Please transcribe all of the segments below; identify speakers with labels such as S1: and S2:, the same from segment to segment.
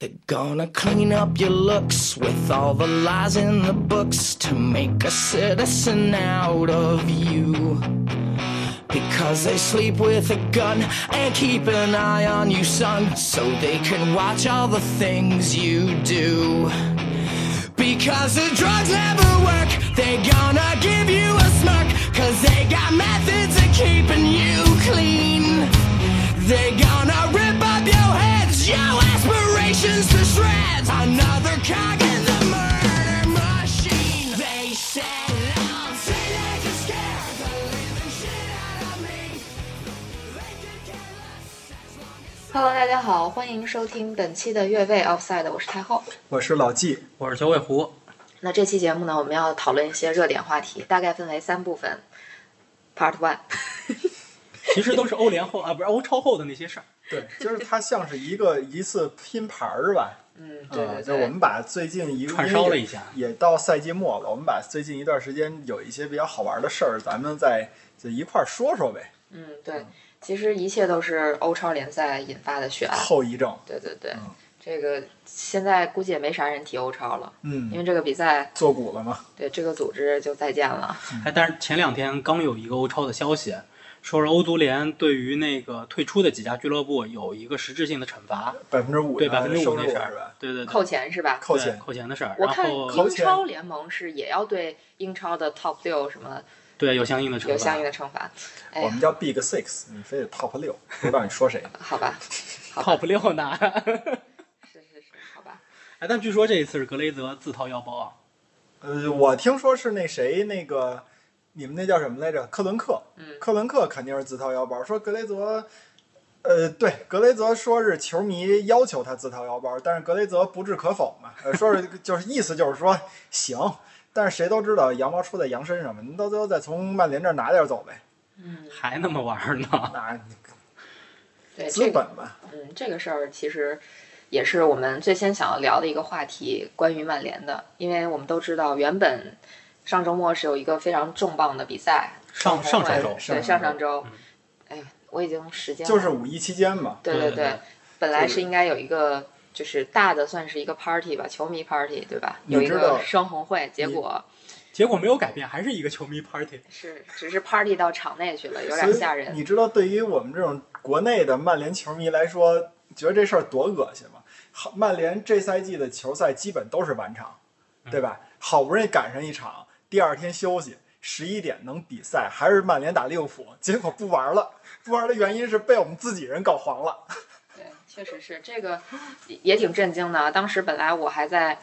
S1: They're gonna clean up your looks with all the lies in the books to make a citizen out of you. Because they sleep with a gun and keep an eye on you, son, so they can watch all the things you do. Because the drugs never work, they gonna give you a smirk, cause they got methods of keeping you clean. They gonna rip up your heads, your aspirations to shreds. Another cog in the murder machine. They said, I'll say they can scare the living shit out of me. They could care less as long as.
S2: Hello，大家好，欢迎收听本期的越位 Offside，我是太后。
S3: 我是老纪，
S4: 我是九尾狐，
S2: 那这期节目呢，我们要讨论一些热点话题，大概分为三部分。Part One，
S4: 其实都是欧联后啊，不是欧超后的那些事儿。
S3: 对，就是它像是一个一次拼盘儿 吧，
S2: 嗯，对
S3: 啊，
S2: 对
S3: 就我
S2: 对，
S3: 们把最近一
S4: 串烧了一下，
S3: 因为也也到赛季末了，我们把最近一段时间有一些比较好玩的事儿，咱们再就一块儿说说呗，
S2: 嗯对，其实一切都是欧超联赛引发的
S4: 哎
S2: 血案。
S3: 后遗症，
S2: 对对对
S3: 嗯，
S2: 这个现在估计也没啥人提欧超了，因
S3: 嗯，
S2: 为这个比赛，
S3: 做股了嘛，
S2: 对这个组织就再见了。
S3: 嗯
S4: 哎，但是前两天刚有一个欧超的消息，说是欧足联对于那个退出的几家俱乐部有一个实质性的惩罚，
S3: 百分之五
S4: 对百分之
S3: 呃收
S4: 五那
S3: 入
S4: 事
S3: 是
S4: 儿
S3: 吧？，
S4: 对对对，
S2: 扣钱是吧？
S3: 扣
S4: 对
S3: 钱，
S4: 扣钱的事儿。
S2: 我
S4: 然
S2: 看
S4: 后
S2: 英超联盟是也要对英超的 Top 六什么
S4: 对有相应的惩罚，
S2: 有相应的惩罚。哎
S3: 我
S2: 呀
S3: 们，叫 Big Six，你非得 Top 六，不知道你说谁，
S2: 好吧，好吧，
S4: top 六呢。
S2: 是是是，好吧。
S4: 哎，但据说这一次是格雷泽自掏腰包啊，
S3: 呃，我听说是那谁那个，你们那叫什么来着？克伦克，
S2: 嗯
S3: 克伦克肯定是自掏腰包。说格雷泽，呃，对，格雷泽说是球迷要求他自掏腰包，但是格雷泽不置可否嘛，呃，说是就是意思就是说行，但是谁都知道羊毛出在羊身上嘛，您到最后再从曼联这儿拿点儿走呗，
S2: 嗯，
S4: 还那么玩儿呢。
S3: 那
S2: 对，
S3: 资
S2: 这个，
S3: 本嘛，
S2: 嗯，这个事儿其实也是我们最先想要聊的一个话题，关于曼联的，因为我们都知道，原本上周末是有一个非常重磅的比赛，
S4: 上
S2: 红
S4: 上
S2: 会
S4: 上周
S2: 对，上
S3: 上
S2: 上
S3: 上
S2: 周
S4: 嗯，
S2: 哎呀，我已经时间
S3: 就是
S2: 了
S3: 五一期间嘛，
S2: 对
S4: 对对
S2: 对
S4: 对，
S2: 本来
S3: 就是
S2: 是应该有一个。就是大的算是一个 party 吧，球迷 party 对吧？
S3: 你
S2: 有一
S3: 知道
S2: 个双红会，结
S3: 你
S2: 果
S4: 结果没有改变，还是一个球迷 party。
S2: 是只是 party 到场内去了，有
S3: 所
S2: 点
S3: 以
S2: 吓人。
S3: 你知道，对于我们这种国内的曼联球迷来说，觉得这事儿多恶心吗？好，曼联这赛季的球赛基本都是晚场，对吧？好不容易赶上一场，第二天休息，十一点能比赛，还是曼联打利物浦，结果不玩了。不玩的原因是被我们自己人搞黄了。
S2: 对，确实是这个也也挺震惊的。啊当时本来我还在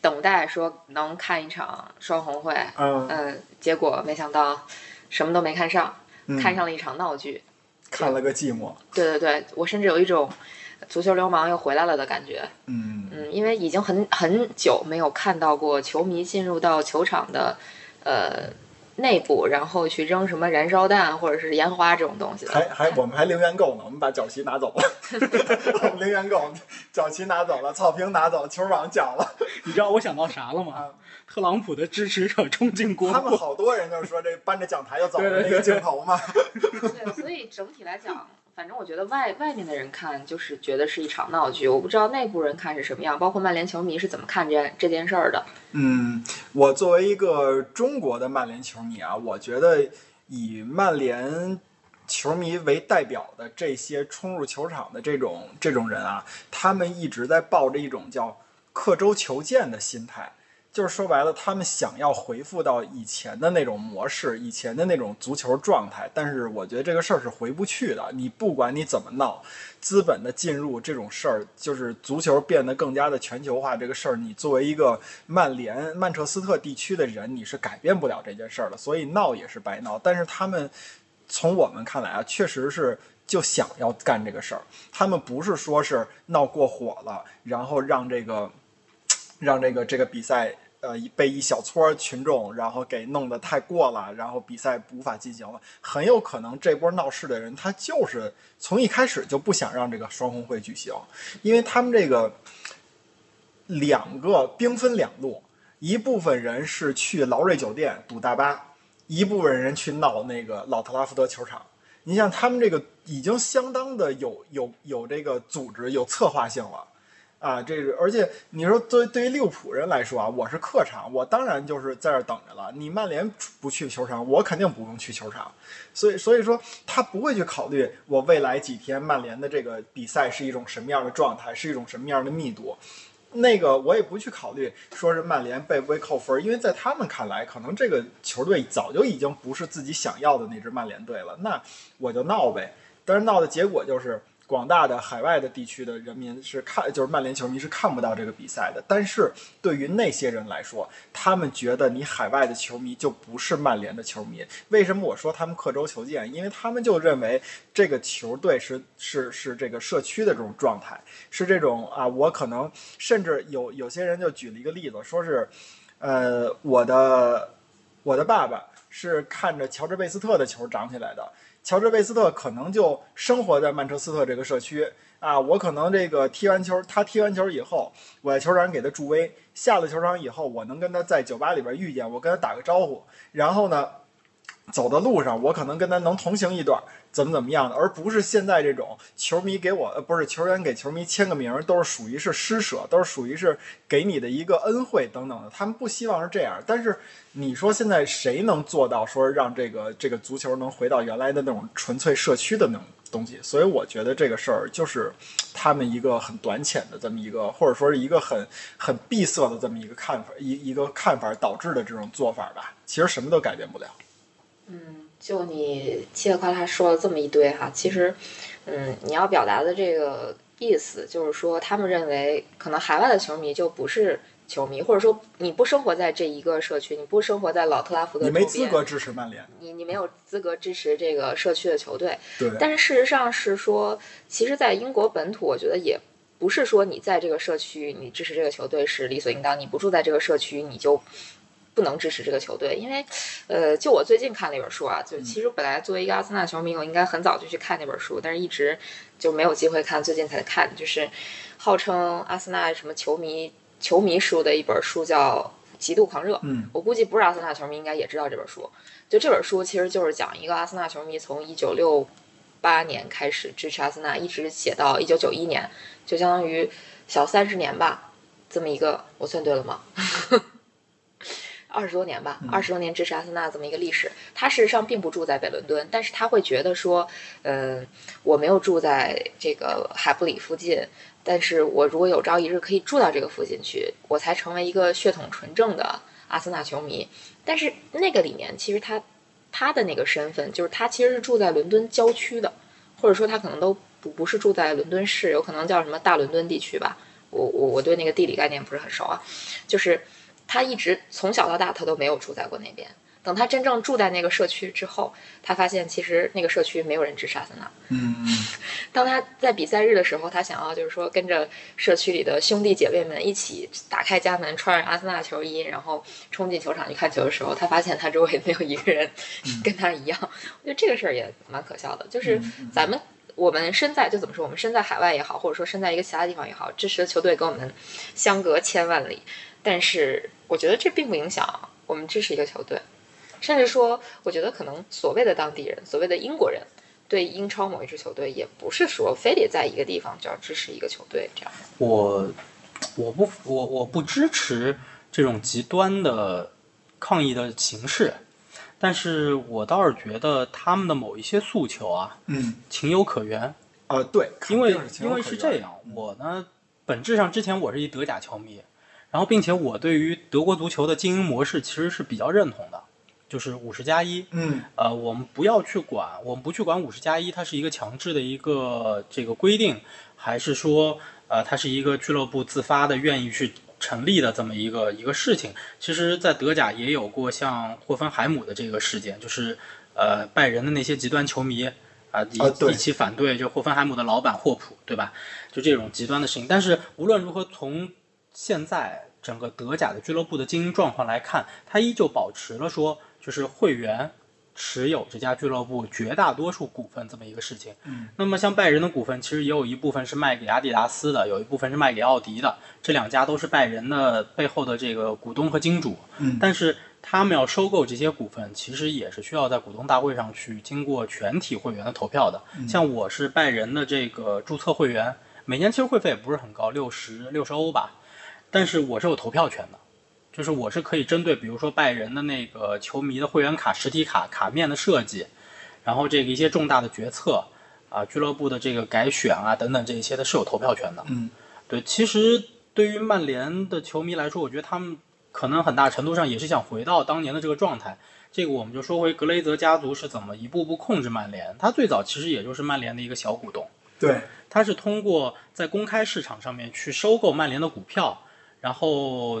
S2: 等待说能看一场双红会，
S3: 嗯，
S2: 嗯，结果没想到什么都没看上，
S3: 嗯
S2: 看上了一场闹剧。
S3: 看了个寂寞。
S2: 对对对，我甚至有一种足球流氓又回来了的感觉。
S3: 嗯，
S2: 嗯，因为已经很很久没有看到过球迷进入到球场的呃内部，然后去扔什么燃烧弹或者是烟花这种东西了。
S3: 还还我们还零元购呢，我们把角旗 拿走了，我们零元购，角旗拿走了，草坪拿走了，球网缴了。
S4: 你知道我想到啥了吗
S3: 啊？
S4: 特朗普的支持者冲进国
S3: 他们
S4: 会，
S3: 好多人就是说这搬着讲台就走
S4: 对
S3: 了
S4: 对
S3: 那
S4: 对
S3: 个镜头嘛，
S2: 对，所以整体来讲，反正我觉得外外面的人看就是觉得是一场闹剧，我不知道内部人看是什么样，包括曼联球迷是怎么看这这件事儿的。
S3: 嗯，我作为一个中国的曼联球迷啊，我觉得以曼联球迷为代表的这些冲入球场的这种这种人啊，他们一直在抱着一种叫刻舟求剑的心态。就是说白了，他们想要回复到以前的那种模式，以前的那种足球状态，但是我觉得这个事儿是回不去的。你不管你怎么闹，资本的进入这种事儿，就是足球变得更加的全球化这个事儿，你作为一个曼联、曼彻斯特地区的人，你是改变不了这件事儿的，所以闹也是白闹。但是他们从我们看来啊，确实是就想要干这个事儿，他们不是说是闹过火了，然后让这个让这个这个比赛。呃，被一小撮儿群众，然后给弄得太过了，然后比赛无法进行了。很有可能这波闹事的人，他就是从一开始就不想让这个双红会举行，因为他们这个两个兵分两路，一部分人是去劳瑞酒店堵大巴，一部分人去闹那个老特拉福德球场。你像他们这个已经相当的有有有这个组织有策划性了，啊，这是而且你说作为对于利物浦人来说啊，我是客场，我当然就是在这儿等着了。你曼联不去球场，我肯定不用去球场，所以所以说他不会去考虑我未来几天曼联的这个比赛是一种什么样的状态，是一种什么样的密度。那个我也不去考虑，说是曼联被不被扣分，因为在他们看来，可能这个球队早就已经不是自己想要的那支曼联队了。那我就闹呗，但是闹的结果就是广大的海外的地区的人民是看，就是曼联球迷是看不到这个比赛的。但是对于那些人来说，他们觉得你海外的球迷就不是曼联的球迷。为什么我说他们刻舟求剑？因为他们就认为这个球队是是是这个社区的这种状态，是这种啊，我可能甚至有有些人就举了一个例子，说是，呃，我的我的爸爸是看着乔治贝斯特的球长起来的。乔治贝斯特可能就生活在曼彻斯特这个社区啊，我可能这个踢完球，他踢完球以后，我在球场给他助威，下了球场以后，我能跟他在酒吧里边遇见，我跟他打个招呼，然后呢，走的路上我可能跟他能同行一段，怎么怎么样的，而不是现在这种球迷给我，呃，不是球员给球迷签个名儿，都是属于是施舍，都是属于是给你的一个恩惠等等的，他们不希望是这样，但是。你说现在谁能做到说让这个这个足球能回到原来的那种纯粹社区的那种东西？所以我觉得这个事儿就是他们一个很短浅的这么一个，或者说是一个很很闭塞的这么一个看法，一一个看法导致的这种做法吧。其实什么都改变不了。
S2: 嗯，就你嘁哩夸啦说了这么一堆哈，其实，嗯，你要表达的这个意思就是说，他们认为可能海外的球迷就不是球迷，或者说你不生活在这一个社区，你不生活在老特拉福德
S3: 你
S2: 周
S3: 没
S2: 边，
S3: 资格支持曼联，
S2: 你你没有资格支持这个社区的球队。
S3: 对，
S2: 但是事实上是说，其实，在英国本土，我觉得也不是说你在这个社区你支持这个球队是理所应当，你不住在这个社区你就不能支持这个球队，因为，呃，就我最近看了一本书啊，就其实本来作为一个阿森纳球迷，我应该很早就去看那本书，但是一直就没有机会看，最近才看，就是号称阿森纳什么球迷球迷书的一本书叫《极度狂热》，
S3: 嗯，
S2: 我估计不是阿森纳球迷应该也知道这本书。就这本书其实就是讲一个阿森纳球迷从一九六八年开始支持阿森纳，一直写到一九九一年，就相当于小三十年吧，这么一个我算对了吗？ 二十多年吧，二十多年支持阿森纳这么一个历史。他事实上并不住在北伦敦，但是他会觉得说，嗯、我没有住在这个海布里附近，但是我如果有朝一日可以住到这个附近去，我才成为一个血统纯正的阿森纳球迷。但是那个里面，其实他他的那个身份，就是他其实是住在伦敦郊区的，或者说他可能都不不是住在伦敦市，有可能叫什么大伦敦地区吧。我我我对那个地理概念不是很熟啊，就是他一直从小到大他都没有住在过那边。等他真正住在那个社区之后，他发现其实那个社区没有人支持阿森纳，
S3: 嗯，
S2: 当他在比赛日的时候，他想要就是说跟着社区里的兄弟姐妹们一起打开家门，穿上阿森纳球衣，然后冲进球场去看球的时候，他发现他周围没有一个人 跟他一样。我觉得这个事儿也蛮可笑的，就是咱们我们身在就怎么说，我们身在海外也好，或者说身在一个其他地方也好，支持的球队跟我们相隔千万里，但是我觉得这并不影响我们支持一个球队，甚至说，我觉得可能所谓的当地人，所谓的英国人。对英超某一支球队，也不是说非得在一个地方就要支持一个球队这样。
S4: 我我不我我不支持这种极端的抗议的形式，但是我倒是觉得他们的某一些诉求啊，
S3: 嗯，
S4: 情有可原。
S3: 啊，对，
S4: 因为
S3: 肯定情
S4: 因
S3: 有
S4: 为
S3: 可
S4: 是
S3: 原嗯
S4: 这样，我呢本质上之前我是一德甲球迷，然后并且我对于德国足球的经营模式其实是比较认同的，就是五十加一。
S3: 嗯，
S4: 呃，我们不要去管，我们不去管五十加一，它是一个强制的一个这个规定，还是说呃它是一个俱乐部自发的愿意去。成立的这么一个一个事情，其实，在德甲也有过像霍芬海姆的这个事件，就是呃拜仁的那些极端球迷啊、一、
S3: 啊对
S4: 一起反对就霍芬海姆的老板霍普，对吧？就这种极端的事情。但是无论如何，从现在整个德甲的俱乐部的经营状况来看，它依旧保持了说，就是会员持有这家俱乐部绝大多数股份这么一个事情。
S3: 嗯，
S4: 那么像拜仁的股份，其实也有一部分是卖给阿迪达斯的，有一部分是卖给奥迪的，这两家都是拜仁的背后的这个股东和金主。
S3: 嗯
S4: 但是他们要收购这些股份，其实也是需要在股东大会
S3: 嗯
S4: 上去经过全体会员的投票的。像我是拜仁的这个注册会员，每年其实会费也不是很高，六十六十欧吧，但是我是有投票权的，就是我是可以针对比如说拜仁的那个球迷的会员卡、实体卡卡面的设计，然后这个一些重大的决策啊，俱乐部的这个改选啊等等这一些的是有投票权的。
S3: 嗯，
S4: 对，其实对于曼联的球迷来说，我觉得他们可能很大程度上也是想回到当年的这个状态。这个我们就说回格雷泽家族是怎么一步步控制曼联。他最早其实也就是曼联的一个小股东，
S3: 对，
S4: 他是通过在公开市场上面去收购曼联的股票，然后，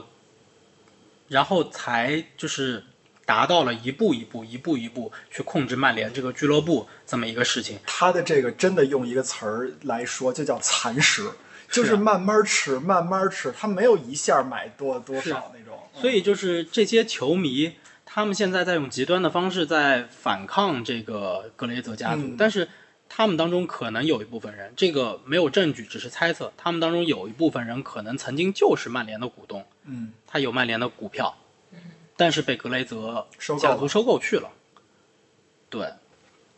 S4: 然后才就是达到了一步一步、一步一步去控制曼联这个俱乐部这么一个事情。
S3: 他的这个真的用一个词儿来说，就叫蚕食，就是啊是慢慢吃，慢慢吃，他没有一下买多多
S4: 是
S3: 少那种。嗯
S4: 所以就是这些球迷，他们现在在用极端的方式在反抗这个格雷泽家族，
S3: 嗯
S4: 但是他们当中可能有一部分人，这个没有证据，只是猜测，他们当中有一部分人可能曾经就是曼联的股东，
S3: 嗯，
S4: 他有曼联的股票，但是被格雷泽
S3: 收购
S4: 家族
S3: 了，
S4: 收购去了。对，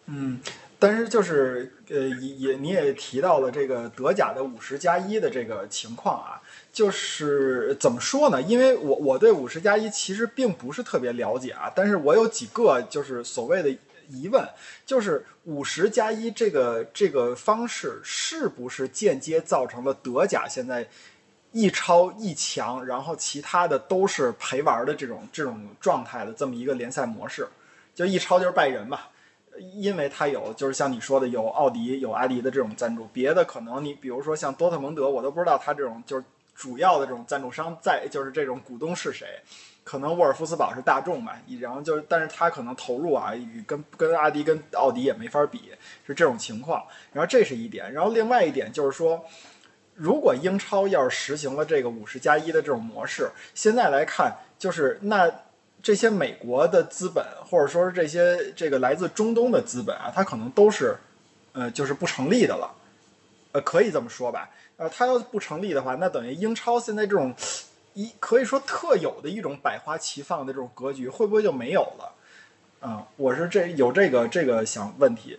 S3: 嗯，但是就是呃，也也你也提到了这个德甲的五十加一的这个情况啊，就是怎么说呢？因为我我对五十加一其实并不是特别了解啊，但是我有几个就是所谓的疑问，就是五十加一这个这个方式是不是间接造成了德甲现在一超一强，然后其他的都是陪玩的这种这种状态的这么一个联赛模式？就一超就是拜仁嘛，因为它有就是像你说的有奥迪有阿迪的这种赞助，别的可能你比如说像多特蒙德，我都不知道它这种就是主要的这种赞助商在就是这种股东是谁。可能沃尔夫斯堡是大众吧，然后就是，但是它可能投入啊，与跟跟阿迪跟奥迪也没法比，是这种情况。然后这是一点，然后另外一点就是说，如果英超要是实行了这个五十加一的这种模式，现在来看，就是那这些美国的资本，或者说是这些这个来自中东的资本啊，它可能都是，呃，就是不成立的了，呃，可以这么说吧。呃，它要不成立的话，那等于英超现在这种一可以说特有的一种百花齐放的这种格局，会不会就没有了？啊、我是这有这个这个想问题，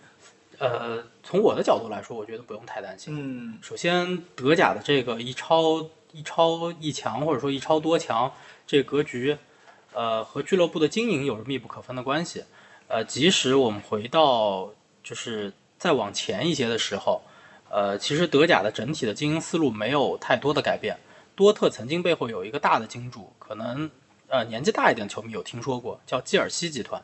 S4: 呃，从我的角度来说，我觉得不用太担心。
S3: 嗯
S4: 首先，德甲的这个一超一超一强，或者说一超多强这个格局，呃，和俱乐部的经营有着密不可分的关系。呃，即使我们回到就是再往前一些的时候，呃，其实德甲的整体的经营思路没有太多的改变。多特曾经背后有一个大的金主，可能呃年纪大一点的球迷有听说过，叫基尔西集团，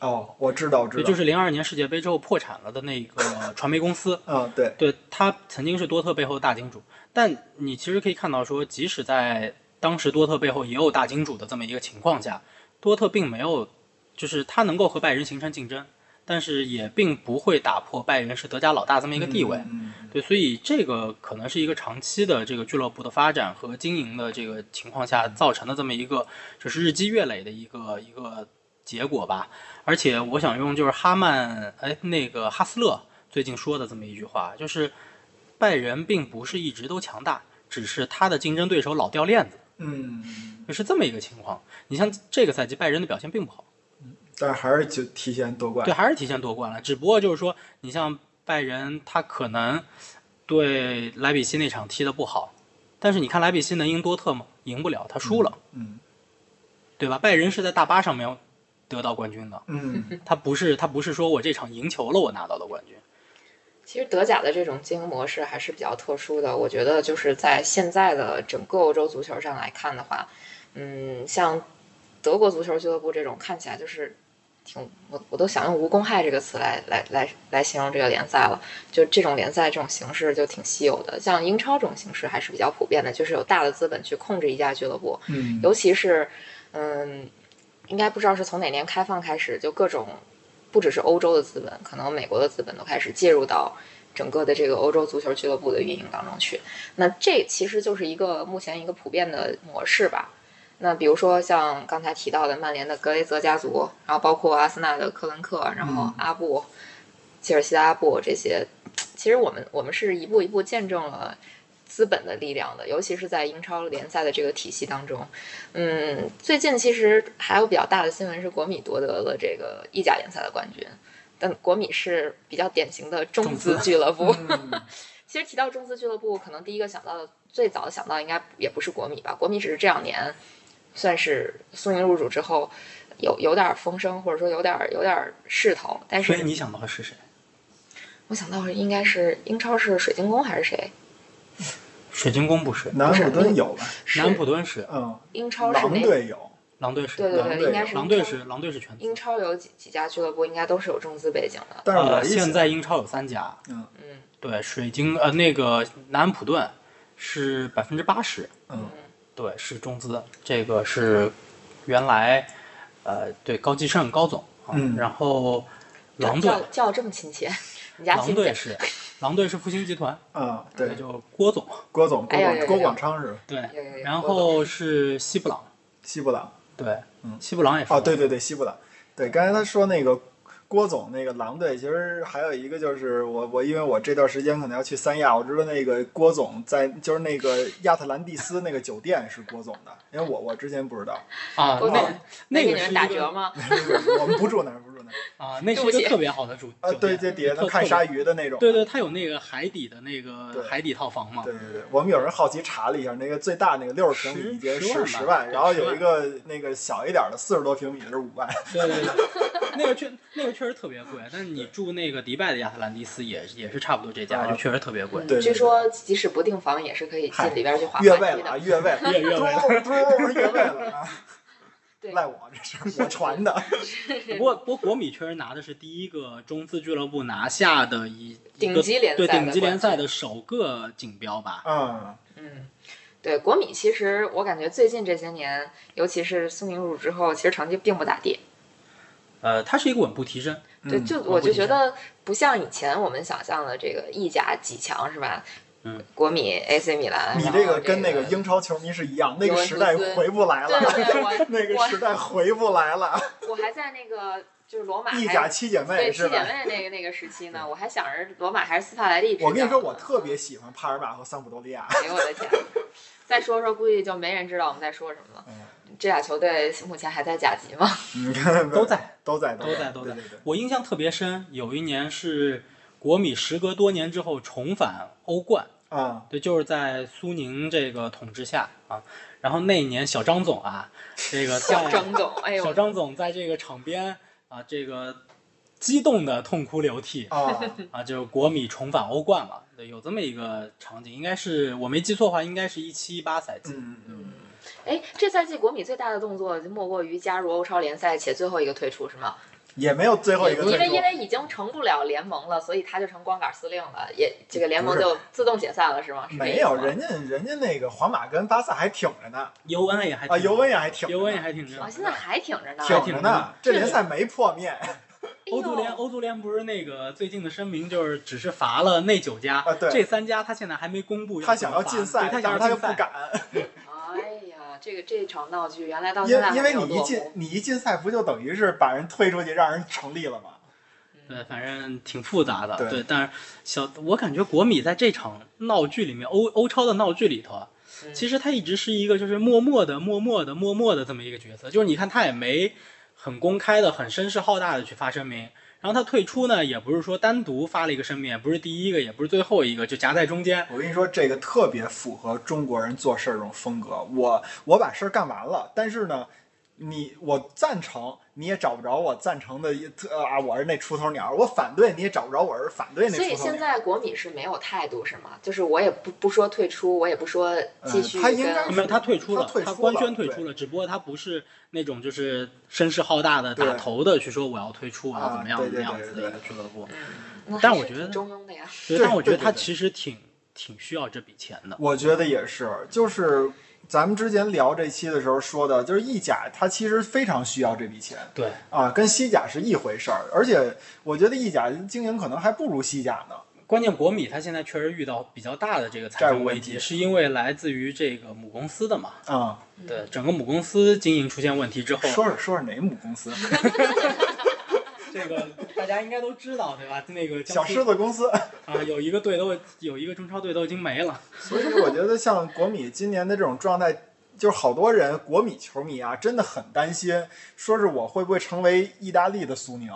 S3: 哦，我知道，我知
S4: 也
S3: 道，
S4: 就是零二年世界杯之后破产了的那个传媒公司。
S3: 嗯，对，
S4: 对他曾经是多特背后的大金主，但你其实可以看到说，即使在当时多特背后也有大金主的这么一个情况下，多特并没有，就是他能够和拜仁形成竞争，但是也并不会打破拜仁是德甲老大这么一个地位。
S3: 嗯，
S4: 对，所以这个可能是一个长期的这个俱乐部的发展和经营的这个情况下造成的这么一个，就是日积月累的一个一个结果吧。而且我想用就是哈曼哎那个哈斯勒最近说的这么一句话，就是拜仁并不是一直都强大，只是他的竞争对手老掉链子，
S3: 嗯，嗯
S4: 就是这么一个情况。你像这个赛季拜仁的表现并不好。
S3: 但是还是就提前夺冠
S4: 对，，还是提前夺冠了。只不过就是说，你像拜仁，他可能对莱比锡那场踢得不好，但是你看莱比锡能赢多特吗？赢不了，他输了，
S3: 嗯
S4: 对吧？拜仁是在大巴上面得到冠军的，
S3: 嗯。
S4: 他不是他不是说我这场赢球了我拿到的冠军，
S2: 其实德甲的这种经营模式还是比较特殊的，我觉得就是在现在的整个欧洲足球上来看的话，嗯，像德国足球俱乐部这种看起来就是挺我我都想用无公害这个词来来来来形容这个联赛了，就这种联赛这种形式就挺稀有的，像英超这种形式还是比较普遍的，就是有大的资本去控制一家俱乐部，
S3: 嗯
S2: 尤其是，嗯，应该不知道是从哪年开放开始，就各种不只是欧洲的资本，可能美国的资本都开始介入到整个的这个欧洲足球俱乐部的运营当中去。那这其实就是一个目前一个普遍的模式吧。那比如说像刚才提到的曼联的格雷泽家族，然后包括阿森纳的克伦克，然后
S3: 嗯
S2: 阿布、切尔西的阿布这些，其实我们我们是一步一步见证了资本的力量的，尤其是在英超联赛的这个体系当中。嗯，最近其实还有比较大的新闻是国米夺得了这个意甲联赛的冠军，但国米是比较典型的中
S4: 中资
S2: 资俱乐部，
S3: 嗯
S2: 其实提到中资俱乐部，可能第一个想到的，最早想到应该也不是国米吧，国米只是这两年算是苏宁入主之后有有点风声，或者说有点有点势头，但
S4: 所以
S2: 是
S4: 你想到的是谁？
S2: 我想到是应该是英超是水晶宫还是谁？
S4: 水晶宫不是，
S3: 南普敦有吧？
S2: 嗯是
S4: 南普敦是，
S3: 嗯，
S2: 英超是
S3: 狼
S2: 哪？
S3: 队有，
S4: 狼队是，
S2: 对
S3: 狼
S2: 对对，
S3: 队
S2: 应该
S3: 有
S2: 是
S4: 狼
S2: 英
S4: 队
S2: 超
S4: 是狼队是全资
S2: 英。超有几几家俱乐部应该都是有中资背景的。
S3: 但是我
S4: 呃，
S3: 一想
S4: 现在英超有三家，
S2: 嗯，
S4: 对，水晶呃那个南安普顿是百分之八十，
S3: 嗯，
S4: 对，是中资，这个是原来呃对高继胜高总，啊、
S3: 嗯
S4: 然后狼队
S2: 叫叫这么亲切， 你家
S4: 狼
S2: 亲
S4: 队
S2: 戚？
S4: 是狼队是复兴集团，
S3: 嗯，
S4: 那
S3: 对，
S4: 就郭总，
S3: 郭总郭
S2: 哎呀
S3: 广
S2: 呀
S3: 郭
S2: 呀
S3: 广昌是吧
S4: 对
S2: 有有有，
S4: 然
S2: 郭
S4: 后是西布朗，
S3: 西布朗。
S4: 对，
S3: 嗯
S4: 西布朗也是
S3: 哦，对对对，西布朗。对，刚才他说那个郭总那个狼队，其实还有一个就是我我因为我这段时间可能要去三亚，我知道那个郭总在就是那个亚特兰蒂斯那个酒店是郭总的，因为我我之前不知 道，
S4: 啊，
S2: 郭
S4: 那
S2: 总
S4: 那
S2: 给
S4: 个
S2: 你们
S4: 是一
S2: 打折
S4: 个
S2: 吗？
S3: 我们不住那儿，不住那儿。
S4: 啊， 那
S2: 对
S4: 是
S2: 不
S4: 一个
S2: 起
S4: 特别好的主
S3: 啊，对，这底下能看鲨鱼的那种。
S4: 对对，它有那个海底的那个
S3: 对
S4: 海底套
S2: 啊
S4: 房嘛，
S3: 对对对，我们有人好奇查了一下，那个最大那个六十平米已经
S4: 十
S3: 是
S4: 十
S3: 十
S4: 万吧
S3: 万，
S4: 对
S3: 然后
S4: 十
S3: 有
S4: 万
S3: 一个那个小一点的四十多平米的是五万。
S4: 对对对，那个确那个确实特别贵，但是你住那个迪拜的亚特兰蒂斯也也是差不多这价，
S3: 啊
S4: 就确实特别贵。
S3: 对对
S2: 据
S3: 对
S2: 说即使不订房也是可以进里边去滑
S3: 越
S2: 滑
S3: 位
S2: 梯
S3: 了啊，
S2: 的。
S3: 越位，
S4: 越越位
S3: 嘟嘟越位了啊！
S2: 对，
S3: 赖我这是我 传的。
S4: 不过不过国米确实拿的是第一个中资俱乐部拿下的一一
S2: 顶
S4: 个
S2: 级联赛
S4: 对
S2: 的
S4: 顶级
S2: 冠
S4: 联赛
S2: 军
S4: 的首个锦标吧。
S3: 嗯，
S2: 嗯，对，国米其实我感觉最近这些年，尤其是苏宁入主之后，其实成绩并不咋地。
S4: 呃，它是一个稳步提升，
S2: 对，
S3: 嗯
S2: 就
S4: 不
S2: 我就
S4: 影
S2: 觉
S4: 响
S2: 得不像以前我们想象的这个意甲几强是吧？
S4: 嗯，
S2: 国米、AC 米兰，
S3: 你
S2: 然
S3: 这
S2: 后
S3: 个跟那个英超球迷是一样，那个时代回不来
S2: 对
S3: 了，
S2: 对对，我
S3: 那个时代回不来了。
S2: 我还在那个就是罗马
S3: 意
S2: 还
S3: 甲七姐妹
S2: 对七
S3: 是
S2: 姐
S3: 吧？
S2: 妹那个那个时期呢，我还想着罗马还是斯帕莱利执教呢。
S3: 我跟你说，我特别喜欢帕尔马和桑普多利亚。
S2: 哎呦我的天！再说说，估计就没人知道我们在说什么了。
S3: 嗯
S2: 这俩球队目前还在甲级吗？
S3: 你看，
S4: 都在
S3: 都在
S4: 都在
S3: 在
S4: 都
S3: 在
S4: 在
S3: 对对对。
S4: 我印象特别深，有一年是国米时隔多年之后重返欧冠，
S3: 啊，
S4: 对，就是在苏宁这个统治下啊。然后那一年小张总啊，这个
S2: 小
S4: 在
S2: 张总，哎呦
S4: 小，张总在这个场边啊，这个激动的痛哭流涕
S3: 啊，
S4: 啊，就是国米重返欧冠了，对，有这么一个场景，应该是我没记错的话，应该是一七一八赛季。
S3: 嗯嗯，
S2: 哎，这赛季国米最大的动作就莫过于加入欧超联赛且最后一个退出是吗？
S3: 也没有最后一个
S2: 因为
S3: 退
S2: 因
S3: 出。
S2: 为已经成不了联盟了，所以他就成光杆司令了，也这个联盟
S3: 不是
S2: 就自动解散了是吗？是这
S3: 没
S2: 意思
S3: 有，
S2: 吗
S3: 人家人家那个皇马跟巴萨还挺着呢，
S4: 尤文也还挺
S3: 啊，尤文也还挺着呢，
S4: 尤文也还挺着
S2: 啊，现在还挺着呢。
S3: 挺
S4: 挺
S3: 着
S4: 着
S3: 呢
S4: 呢。
S3: 这联赛没破灭
S4: 欧足联
S2: 哎呦
S4: 欧足联不是那个最近的声明，就是只是罚了那九家，
S3: 啊，对，
S4: 这三家他现在还没公布
S3: 他
S4: 怎
S3: 想
S4: 么
S3: 要
S4: 罚
S3: 禁赛，
S4: 对他
S3: 但
S4: 想
S3: 是
S4: 要
S3: 他又
S4: 禁
S3: 不
S4: 赛。
S3: 敢，
S2: 哎呀，这个这场闹剧原来到
S3: 因
S2: 现在
S3: 为因为
S2: 还没有
S3: 你一
S2: 落
S3: 进
S2: 幕
S3: 你一进赛，不就等于是把人推出去，让人成立了吗？
S4: 对，反正挺复杂的。
S3: 对
S4: 但是小，我感觉国米在这场闹剧里面，欧欧超的闹剧里头啊，
S2: 嗯
S4: 其实他一直是一个就是默默的、默默的、默默的这么一个角色。就是你看，他也没很公开的、很声势浩大的去发声明。然后他退出呢，也不是说单独发了一个声明，也不是第一个，也不是最后一个，就夹在中间。
S3: 我跟你说，这个特别符合中国人做事儿这种风格。我我把事儿干完了，但是呢，你我赞成，你也找不着我赞成的一特啊，我是那出头鸟；我反对，你也找不着我是反对那
S2: 所以
S3: 出头
S2: 现
S3: 鸟。
S2: 在国米是没有态度是吗？就是我也不不说退出，我也不说继续
S3: 嗯
S2: 跟。
S3: 他应该
S4: 没有，他退出了，
S3: 他退出了
S4: 官宣退
S3: 对
S4: 出了，只不过他不是那种就是声势浩大的打
S3: 对
S4: 头的去说我要退出，我要怎么样
S3: 啊
S4: 怎么样
S3: 对对
S4: 子
S3: 对
S4: 的一
S3: 对
S4: 个俱乐部。
S2: 那还
S4: 但我
S2: 是
S4: 觉得
S2: 挺中庸的呀。
S4: 对，
S3: 对
S4: 但我觉得
S3: 对对
S4: 他
S3: 对
S4: 其实挺挺需要这笔钱的。
S3: 我觉得也是，就是咱们之前聊这期的时候说的，就是意甲它其实非常需要这笔钱。
S4: 对，
S3: 啊，跟西甲是一回事儿，而且我觉得意甲经营可能还不如西甲呢。
S4: 关键国米他现在确实遇到比较大的这个财
S3: 债务
S4: 政
S3: 问
S4: 危
S3: 题
S4: 机，是因为来自于这个母公司的嘛？
S3: 啊、
S4: 对，整个母公司经营出现问题之后，
S3: 说说说说哪母公司？
S4: 这个大家应该都知道对吧？那个
S3: 小
S4: 江苏
S3: 狮子公司。
S4: 啊，有一个队都有一个中超队都已经没了。
S3: 所以我觉得像国米今年的这种状态，就是好多人国米球迷啊，真的很担心，说是我会不会成为意大利的苏宁？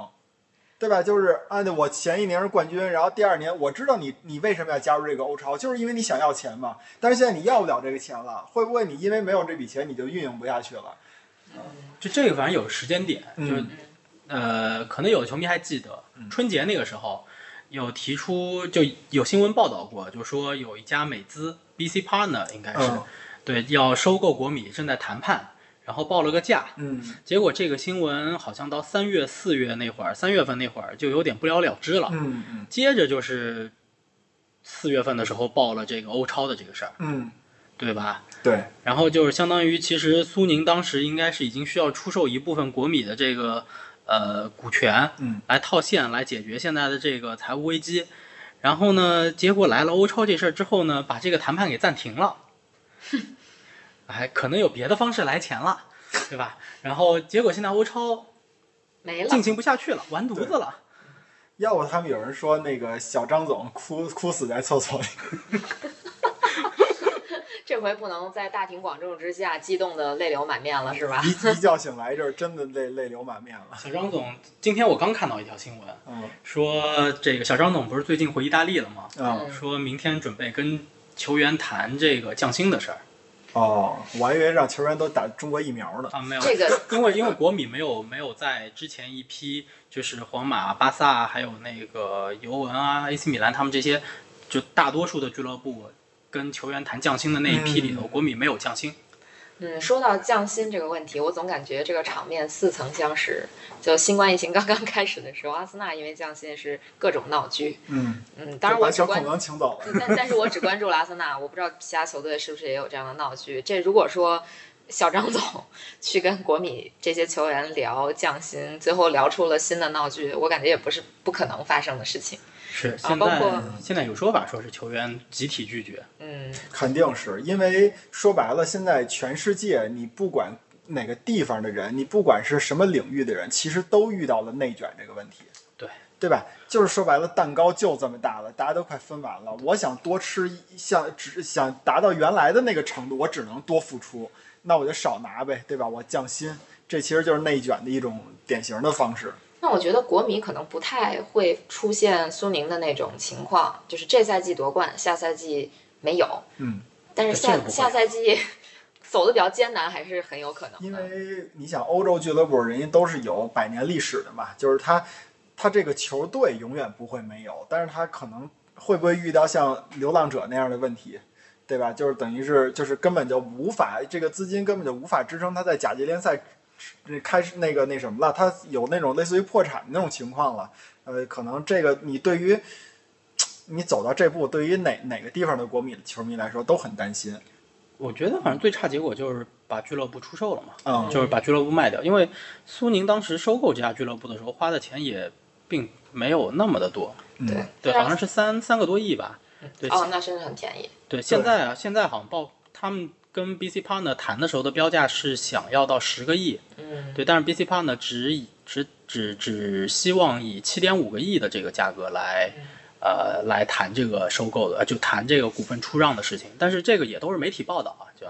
S3: 对吧？就是啊，我前一年是冠军，然后第二年我知道你你为什么要加入这个欧超，就是因为你想要钱嘛。但是现在你要不了这个钱了，会不会你因为没有这笔钱你就运营不下去了？
S4: 就这个反正有时间点，就
S3: 嗯
S4: 呃，可能有的球迷还记得春节那个时候有提出，就有新闻报道过，就说有一家美资 BC Partner 应该是、
S3: 嗯
S4: 对要收购国米，正在谈判，然后报了个价，
S3: 嗯
S4: 结果这个新闻好像到三月、四月那会儿，三月份那会儿就有点不了了之了。
S3: 嗯嗯
S4: 接着就是四月份的时候报了这个欧超的这个事儿，
S3: 嗯，
S4: 对吧？
S3: 对，
S4: 然后就是相当于，其实苏宁当时应该是已经需要出售一部分国米的这个呃股权，
S3: 嗯，
S4: 来套现，来解决现在的这个财务危机。然后呢，结果来了欧超这事儿之后呢，把这个谈判给暂停了。哎，可能有别的方式来钱了，对吧？然后结果现在欧超
S2: 没了。
S4: 进行不下去了，完犊子了。
S3: 要不他们有人说那个小张总哭哭死在厕所里。
S2: 这回不能在大庭广众之下激动的泪流满面了，是 吧？
S3: 一一觉醒来，这儿真的泪泪流满面了。
S4: 小张总，今天我刚看到一条新闻，
S3: 嗯
S4: 说这个小张总不是最近回意大利了吗？
S3: 嗯
S4: 说明天准备跟球员谈这个降薪的事儿
S3: 哦，我还以为让球员都打中国疫苗呢。
S4: 啊，没有
S2: 这个
S4: 因为因为国米没有没有在之前一批就是皇马、巴萨还有那个尤文啊、AC 米兰他们这些，就大多数的俱乐部跟球员谈降薪的那一批里头，
S3: 嗯
S4: 国米没有降薪。
S2: 嗯，说到降薪这个问题，我总感觉这个场面似曾相识。就新冠疫情刚刚开始的时候，阿森纳因为降薪是各种闹剧。
S3: 嗯，
S2: 嗯，当然
S3: 就
S2: 我
S3: 把
S2: 只
S3: 小孔
S2: 关，
S3: 能请走了。
S2: 但但是我只关注了阿森纳，我不知道其他球队是不是也有这样的闹剧。这如果说小张总 去跟国米这些球员聊降薪，最后聊出了新的闹剧，我感觉也不是不可能发生的事情。
S4: 是
S2: 啊
S4: 现
S2: 包
S4: 在、
S2: 括
S4: 现在有说法说是球员集体拒绝，
S2: 嗯，
S3: 肯定是因为说白了，现在全世界你不管哪个地方的人，你不管是什么领域的人，其实都遇到了内卷这个问题。
S4: 对
S3: 对吧？就是说白了，蛋糕就这么大了，大家都快分完了。我想多吃一，像只想达到原来的那个程度，我只能多付出，那我就少拿呗，对吧？我降薪，这其实就是内卷的一种典型的方式。
S2: 那我觉得国米可能不太会出现苏宁的那种情况，就是这赛季夺冠，下赛季没有。
S3: 嗯，
S2: 但是下
S4: 这个不会
S2: 下赛季 走的比较艰难，还是很有可能
S3: 因
S2: 的。
S3: 为你想，欧洲俱乐部人家都是有百年历史的嘛，就是他他这个球队永远不会没有，但是他可能会不会遇到像流浪者那样的问题，对吧？就是等于是就是根本就无法这个资金根本就无法支撑他在甲级联赛呃开始那个那什么了，他有那种类似于破产的那种情况了，呃，可能这个你对于。你走到这步，对于哪哪个地方的国米球迷来说都很担心。
S4: 我觉得反正最差结果就是把俱乐部出售了嘛，
S3: 嗯
S4: 就是把俱乐部卖掉。因为苏宁当时收购这家俱乐部的时候花的钱也并没有那么的多，
S2: 对
S4: 嗯对，
S2: 对啊
S4: 好像是三三个多亿吧。对
S2: 哦，那真的很便宜。
S4: 对，现在啊，现在好像报他们跟 BC Partner 谈的时候的标价是想要到十个亿，
S2: 嗯，
S4: 对，但是 BC Partner 只以只只只希望以七点五个亿的这个价格来，
S2: 嗯
S4: 呃，来谈这个收购的，呃就谈这个股份出让的事情。但是这个也都是媒体报道啊，就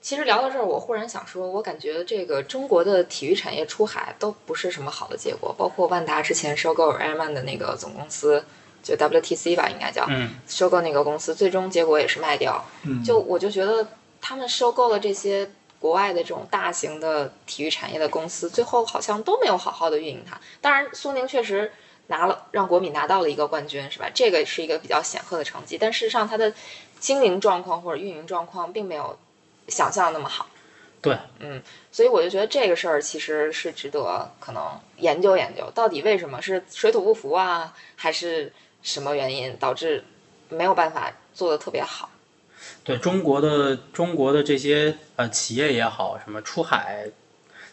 S2: 其实聊到这儿，我忽然想说，我感觉这个中国的体育产业出海都不是什么好的结果，包括万达之前收购埃尔曼的那个总公司，就 WTC 吧，应该叫、
S4: 嗯，
S2: 收购那个公司，最终结果也是卖掉。
S3: 嗯，
S2: 就我就觉得他们收购了这些国外的这种大型的体育产业的公司，最后好像都没有好好的运营它。当然，苏宁确实拿了让国米拿到了一个冠军，是吧？这个是一个比较显赫的成绩，但事实上它的经营状况或者运营状况并没有想象那么好。
S4: 对，
S2: 所以我就觉得这个事儿其实是值得可能研究研究，到底为什么是水土不服啊，还是什么原因导致没有办法做的特别好？
S4: 对中国的中国的这些呃企业也好，什么出海，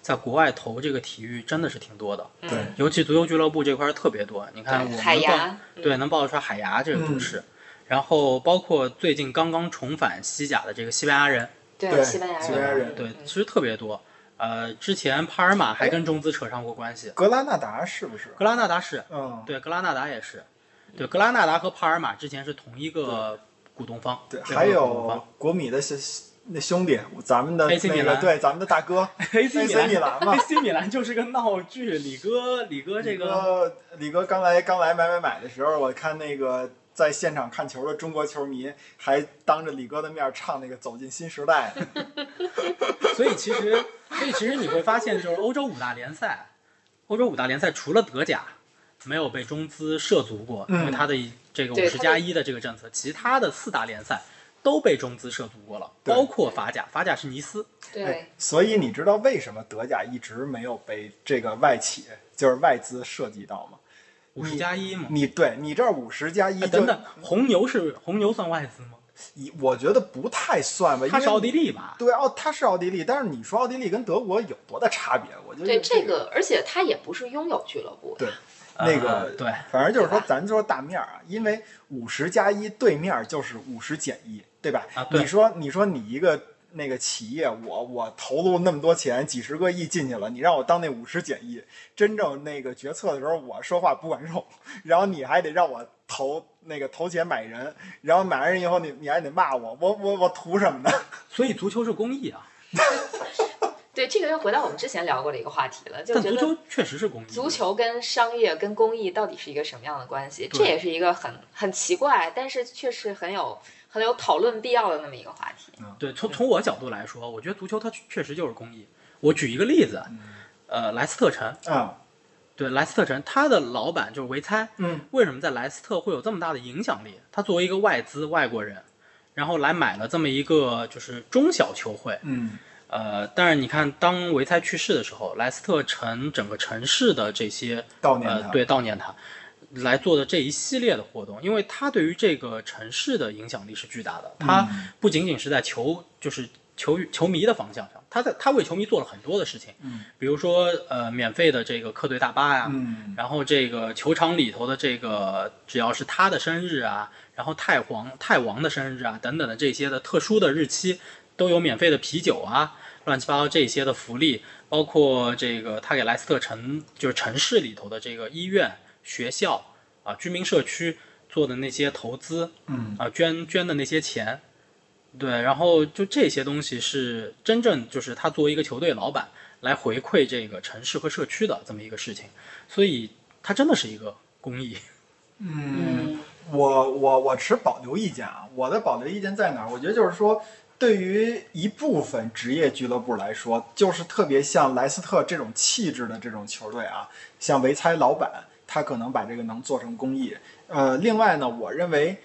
S4: 在国外投这个体育真的是挺多的，
S3: 对
S4: 尤其足球俱乐部这块儿特别多。你看我们
S2: 海
S4: 报
S2: 牙，
S4: 对，能报得出海牙这个都市，然后包括最近刚刚重返西甲的这个西班牙人，
S3: 对
S2: 对，啊西班牙人，
S3: 西班牙人
S4: 对，
S2: 嗯
S4: 其实特别多。呃，之前帕尔马还跟中资扯上过关系，
S3: 格拉纳达是不是？
S4: 格拉纳达是，
S3: 嗯，
S4: 对，格拉纳达也是，对，格拉纳达和帕尔马之前是同一个股东方，
S3: 对，
S4: 对
S3: 还
S4: 同一个股东
S3: 有
S4: 方
S3: 国米的小那兄弟，咱们的
S4: AC
S3: 那
S4: 米
S3: 个
S4: 兰
S3: 对咱们的大哥
S4: AC 米兰
S3: 米兰嘛。
S4: AC 米兰就是个闹剧，李哥，李哥 这
S3: 李
S4: 个
S3: 哥，李哥刚来刚来买买买的时候，我看那个在现场看球的中国球迷还当着李哥的面唱那个《走进新时 代》呢。
S4: 所以其实，所以其实你会发现，就是欧洲五大联赛，欧洲五大联赛除了德甲没有被中资涉足过，
S3: 嗯
S4: 因为它的这个
S2: 对
S4: 五十加一的这个政策，其他的四大联赛都被中资涉足过了，
S3: 对
S4: 包括法甲，法甲是尼斯，
S2: 对
S3: 哎，所以你知道为什么德甲一直没有被这个外企，就是外资涉及到吗？
S4: 五十加一嘛。
S3: 你对你这五十加一
S4: 哎，
S3: 就、
S4: 等等，红牛是红牛算外资吗？
S3: 以我觉得不太算吧，
S4: 它是
S3: 因为
S4: 奥地利吧？
S3: 对奥，他是奥地利，但是你说奥地利跟德国有多大差别？我觉得
S2: 对这
S3: 个
S2: 个，而且他也不是拥有俱乐部，
S3: 对那个、
S4: 呃对，
S3: 反正就是
S2: 对
S3: 说
S2: 吧
S3: 咱就说大面儿啊，因为五十加一对面儿就是五十减一，对吧？
S4: 啊对
S3: 你说你说你一个那个企业，我我投入那么多钱，几十个亿进去了，你让我当那五十减一，真正那个决策的时候，我说话不管用，然后你还得让我投那个投钱买人，然后买完人以后你你还得骂我，我我我图什么呢？
S4: 所以足球是公益啊，
S2: 对这个又回到我们之前聊过的一个话题了，就
S4: 但
S2: 觉
S4: 足
S2: 得
S4: 球确实是公益。
S2: 足球跟商业跟公益到底是一个什么样的关系？
S4: 对
S2: 这也是一个很很奇怪，但是确实很有很有讨论必要的那么一个话题。
S4: 对，从从我角度来说，我觉得足球它确实就是公益。我举一个例子，
S3: 嗯
S4: 呃，莱斯特城，
S3: 啊，
S4: 对，莱斯特城，他的老板就是维猜，
S3: 嗯，
S4: 为什么在莱斯特会有这么大的影响力？他作为一个外资外国人，然后来买了这么一个就是中小球会，
S3: 嗯，
S4: 呃，但是你看，当维猜去世的时候，莱斯特城整个城市的这些
S3: 悼念
S4: 呃
S3: 他，
S4: 对悼念他来做的这一系列的活动，因为他对于这个城市的影响力是巨大的。他
S3: 嗯
S4: 不仅仅是在球就是球球迷的方向上，他在他为球迷做了很多的事情，
S3: 嗯，
S4: 比如说呃免费的这个客队大巴呀、
S3: 嗯，
S4: 然后这个球场里头的这个，只要是他的生日啊，然后太皇太王的生日啊等等的这些的特殊的日期，都有免费的啤酒啊，乱七八糟这些的福利，包括这个他给莱斯特城就是城市里头的这个医院、学校啊、居民社区做的那些投资，
S3: 嗯
S4: 啊捐捐的那些钱，对，然后就这些东西是真正就是他作为一个球队老板来回馈这个城市和社区的这么一个事情，所以它真的是一个公益。
S3: 嗯，我我我持保留意见啊，我的保留意见在哪儿？我觉得就是说，对于一部分职业俱乐部来说，就是特别像莱斯特这种气质的这种球队啊，像维猜老板，他可能把这个能做成公益。呃，另外呢，我认为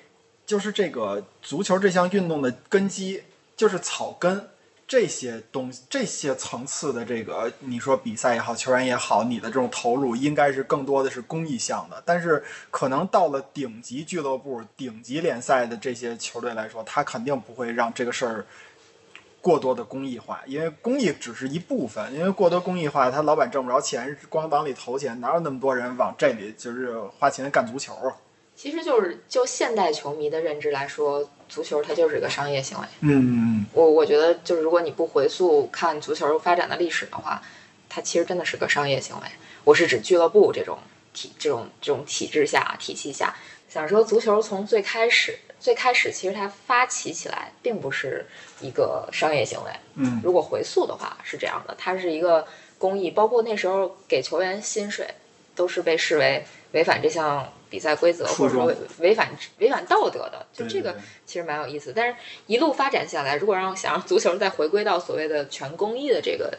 S3: 就是这个足球这项运动的根基就是草根。这些东这些层次的这个，你说比赛也好，球员也好，你的这种投入应该是更多的是公益项的。但是可能到了顶级俱乐部、顶级联赛的这些球队来说，他肯定不会让这个事儿过多的公益化，因为公益只是一部分，因为过多公益化，他老板挣不着钱，光往里投钱，哪有那么多人往这里就是花钱干足球啊？
S2: 其实就是就现代球迷的认知来说，足球它就是一个商业行为。
S3: 嗯，
S2: 我我觉得就是如果你不回溯看足球发展的历史的话，它其实真的是个商业行为。我是指俱乐部这种体这种这种体制下体系下，想说足球从最开始最开始其实它发起起来并不是一个商业行为。
S3: 嗯
S2: 如果回溯的话是这样的，它是一个公益，包括那时候给球员薪水都是被视为违反这项比赛规则，或者说
S3: 初
S2: 违
S3: 衷
S2: 违反违反道德的。就
S3: 对
S2: 这
S3: 对
S2: 个
S3: 对
S2: 其实蛮有意思，但是一路发展下来，如果让想让足球再回归到所谓的全公益的这个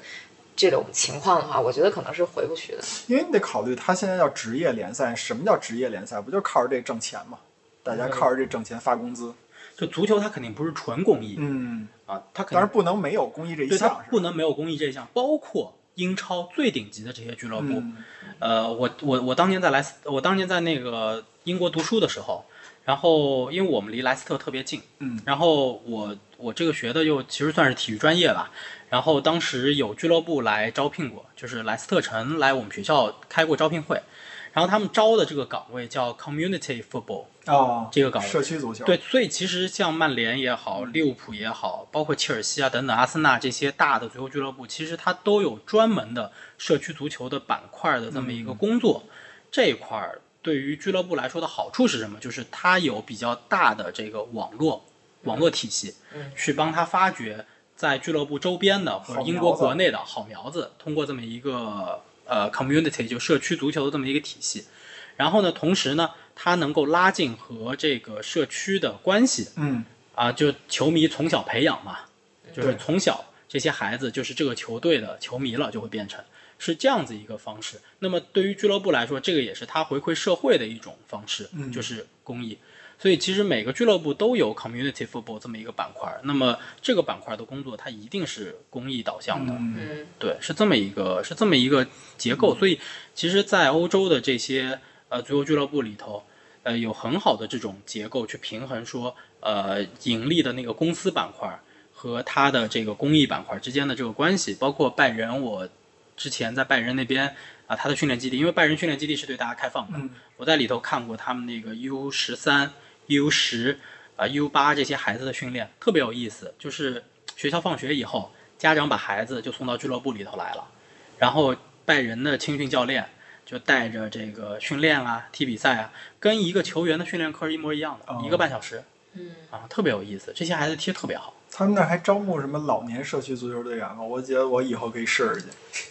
S2: 这种情况的话，我觉得可能是回不去的。
S3: 因为你得考虑他现在叫职业联赛，什么叫职业联赛？不就靠着这挣钱吗？大家靠着这挣钱发工资。
S4: 就足球它肯定不是纯公益、
S3: 嗯，
S4: 啊，它肯
S3: 当然
S4: 定
S3: 不能没有公益这一
S4: 对它
S3: 项，是吧
S4: 不能没有公益这一项，包括英超最顶级的这些俱乐部，
S3: 嗯
S4: 呃，我我我当年在莱斯，我当年在那个英国读书的时候，然后因为我们离莱斯特特别近，
S3: 嗯，
S4: 然后我我这个学的又其实算是体育专业吧，然后当时有俱乐部来招聘过，就是莱斯特城来我们学校开过招聘会，然后他们招的这个岗位叫 community football，
S3: 哦，
S4: 这个岗位
S3: 社区足球，
S4: 对，所以其实像曼联也好，利物浦也好，包括切尔西啊等等，阿森纳这些大的足球俱乐部，其实它都有专门的社区足球的板块的这么一个工作。这一块儿对于俱乐部来说的好处是什么？就是它有比较大的这个网络网络体系，
S2: 嗯
S4: 去帮他发掘在俱乐部周边的或者
S3: 好
S4: 英国
S3: 苗子
S4: 国内的好苗子，通过这么一个呃 community 就社区足球的这么一个体系，然后呢，同时呢，它能够拉近和这个社区的关系
S3: 嗯，
S4: 啊，就球迷从小培养嘛，就是
S3: 对
S4: 从小这些孩子就是这个球队的球迷了，就会变成是这样子一个方式。那么对于俱乐部来说，这个也是他回馈社会的一种方式，
S3: 嗯
S4: 就是公益。所以其实每个俱乐部都有 community football 这么一个板块，那么这个板块的工作它一定是公益导向的，
S3: 嗯
S2: 嗯，
S4: 对，是这么一个是这么一个结构。所以其实，在欧洲的这些呃足球俱乐部里头，呃，有很好的这种结构去平衡说，呃，盈利的那个公司板块和它的这个公益板块之间的这个关系，包括拜仁，我之前在拜仁那边啊、他的训练基地，因为拜仁训练基地是对大家开放的，
S3: 嗯
S4: 我在里头看过他们那个 U 十三、U 十啊、U 八这些孩子的训练，特别有意思。就是学校放学以后，家长把孩子就送到俱乐部里头来了，然后拜仁的青训教练就带着这个训练啊、踢比赛啊，跟一个球员的训练课是一模一样的，
S3: 哦
S4: 一个半小时
S2: 嗯，
S4: 啊，特别有意思。这些孩子踢得特别好。
S3: 他们那儿还招募什么老年社区足球队员吗？我觉得我以后可以试试去。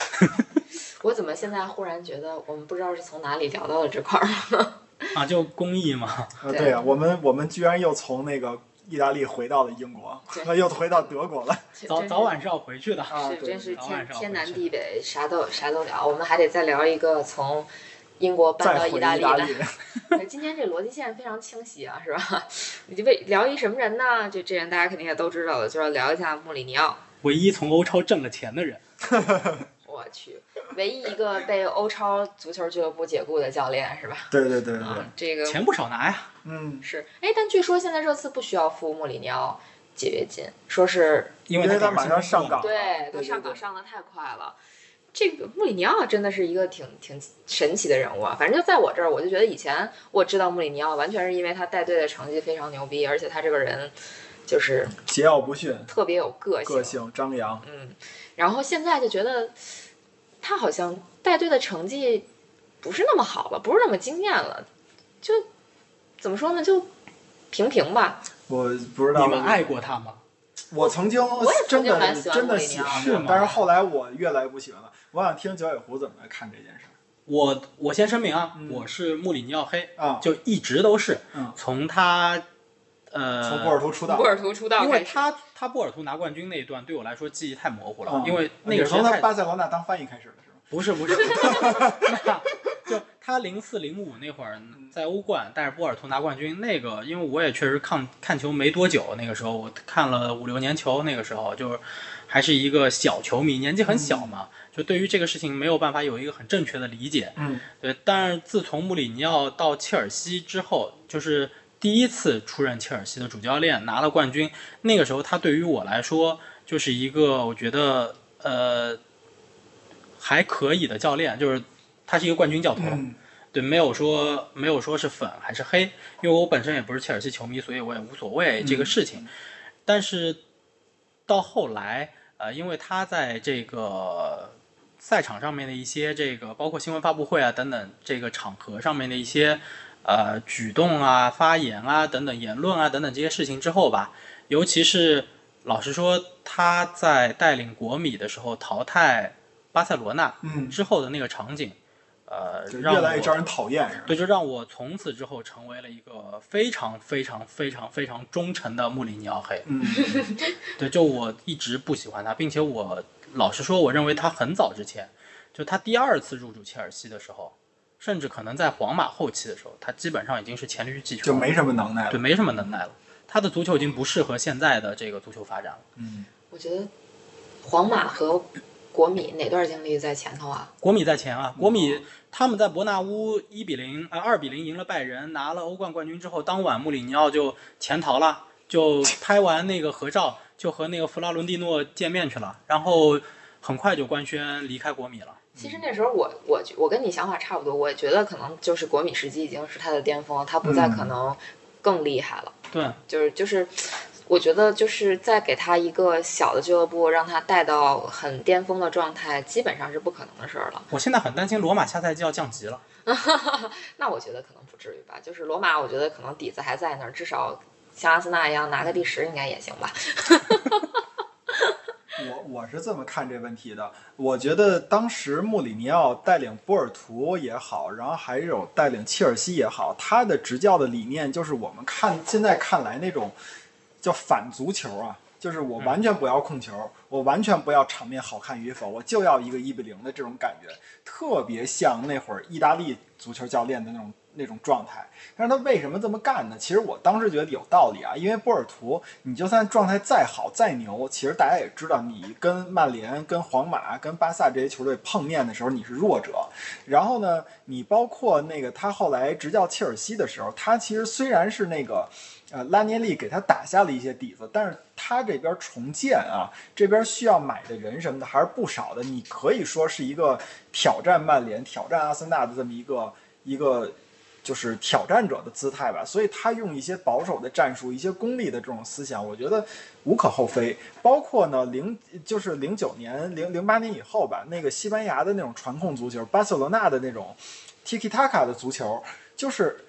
S2: 我怎么现在忽然觉得我们不知道是从哪里聊到了这块儿了？
S4: 啊，就公益嘛，
S3: 呃，
S2: 对
S3: 对呀、我们我们居然又从那个意大利回到了英国，
S2: 对
S3: 又回到德国了。
S4: 早
S2: 真是
S4: 早晚是要回去的。
S3: 啊，
S2: 是，真
S3: 对，
S2: 是
S4: 早
S2: 天
S4: 晚上要
S2: 天
S4: 回
S2: 南
S4: 去
S2: 地北，啥都啥都聊。我们还得再聊一个从英国搬
S3: 再
S2: 到
S3: 回
S2: 意
S3: 意
S2: 大利
S3: 大
S2: 来
S3: 利。，
S2: 对 今天这逻辑线非常清晰啊，是吧？ 你为聊一什么人呢？这这人大家肯定也都知道了，就是要聊一下穆里尼奥。
S4: 唯一从欧超挣了钱的人，
S2: 我去，唯一一个被欧超足球俱乐部解雇的教练是吧？
S3: 对对对对对，
S2: 啊，这个
S4: 钱不少拿呀。
S3: 嗯，
S2: 是，哎，但据说现在热刺不需要付穆里尼奥解约金，说是
S4: 因
S3: 因为
S4: 他
S3: 他马上上岗了，
S2: 对他
S3: 对
S2: 上岗
S3: 对
S2: 上的太快了。这个穆里尼奥真的是一个挺挺神奇的人物啊！反正就在我这儿，我就觉得以前我知道穆里尼奥，完全是因为他带队的成绩非常牛逼，而且他这个人就是
S3: 桀骜不驯，
S2: 特别有个性。
S3: 个性张扬，
S2: 嗯，然后现在就觉得他好像带队的成绩不是那么好了，不是那么惊艳了，就怎么说呢，就平平吧。
S3: 我不知道
S4: 你们爱过他吗？
S3: 我曾经
S2: 也曾
S3: 真
S2: 经
S3: 的
S2: 蛮喜欢
S3: 真的
S2: 穆里尼
S3: 喜
S2: 奥
S3: 欢
S4: 的
S3: 过
S4: 是吗，
S3: 但是后来我越来越不喜欢了。我想听九尾狐怎么来看这件事儿
S4: 我我先声明啊，
S3: 嗯
S4: 我是穆里尼奥黑，
S3: 啊，
S4: 就一直都是
S3: 嗯
S4: 从他呃，
S3: 从波尔图出道
S2: 波，尔图出道
S4: 因
S2: 开
S4: 为
S2: 始，
S4: 他他波尔图拿冠军那一段对我来说记忆太模糊了，
S3: 嗯
S4: 因为那
S3: 你
S4: 个
S3: 是
S4: 时候
S3: 从他
S4: 太
S3: 巴塞罗那当翻译开始的是吗？
S4: 不是不是，就他零四零五那会儿在欧冠带着波尔图拿冠军，那个因为我也确实看看球没多久，那个时候我看了五六年球，那个时候就是还是一个小球迷，年纪很小嘛，就对于这个事情没有办法有一个很正确的理解。
S3: 嗯，
S4: 对，但是自从穆里尼奥到切尔西之后，就是第一次出任切尔西的主教练，拿了冠军。那个时候，他对于我来说就是一个我觉得呃还可以的教练，就是他是一个冠军教头。
S3: 嗯
S4: 对，没有说没有说是粉还是黑，因为我本身也不是切尔西球迷，所以我也无所谓这个事情。但是到后来，呃，因为他在这个赛场上面的一些这个，包括新闻发布会啊等等这个场合上面的一些呃举动啊、发言啊等等言论啊等等这些事情之后吧，尤其是老实说，他在带领国米的时候淘汰巴塞罗那
S3: 嗯，
S4: 之后的那个场景。呃，
S3: 就
S4: 让
S3: 越来越
S4: 我
S3: 招人讨厌是吧？
S4: 对，就让我从此之后成为了一个非常非常非常非常忠诚的穆里尼奥黑。
S3: 嗯，
S4: 对，就我一直不喜欢他，并且我老实说，我认为他很早之前，就他第二次入主切尔西的时候，甚至可能在皇马后期的时候，他基本上已经是黔驴技穷
S3: 就
S4: 了，
S3: 没什么能耐
S4: 对
S3: 了。
S4: 没什么能耐了。他的足球已经不适合现在的这个足球发展了。
S3: 嗯，
S2: 我觉得皇马和国米哪段经历在前头啊？
S4: 国米在前啊，国
S3: 嗯
S4: 米他们在伯纳乌一比零啊二比零赢了拜仁，拿了欧冠冠军之后，当晚穆里尼奥就潜逃了，就拍完那个合照，就和那个弗拉伦蒂诺见面去了，然后很快就官宣离开国米了。
S2: 其实那时候我我觉我跟你想法差不多，我觉得可能就是国米时机已经是他的巅峰，他不再可能更厉害了。
S4: 对，
S2: 就是就是，我觉得就是再给他一个小的俱乐部，让他带到很巅峰的状态，基本上是不可能的事儿了。
S4: 我现在很担心罗马下赛季要降级了。
S2: 那我觉得可能不至于吧。就是罗马，我觉得可能底子还在那儿，至少像阿森纳一样拿个第十应该也行吧。
S3: 我我是这么看这问题的，我觉得当时穆里尼奥带领波尔图也好，然后还有带领切尔西也好，他的执教的理念就是我们看现在看来那种叫反足球啊，就是我完全不要控球，我完全不要场面好看与否，我就要一个一比零的这种感觉，特别像那会儿意大利足球教练的那种那种状态。但是他为什么这么干呢？其实我当时觉得有道理啊，因为波尔图，你就算状态再好再牛，其实大家也知道，你跟曼联、跟皇马、跟巴萨这些球队碰面的时候你是弱者。然后呢，你包括那个他后来执教切尔西的时候，他其实虽然是那个。呃，拉涅利给他打下了一些底子，但是他这边重建啊，这边需要买的人什么的还是不少的。你可以说是一个挑战曼联、挑战阿森纳的这么一个一个就是挑战者的姿态吧。所以他用一些保守的战术、一些功利的这种思想，我觉得无可厚非。包括呢，零就是零九年、零零八年以后吧，那个西班牙的那种传控足球，巴塞罗那的那种 tiki taka 的足球，就是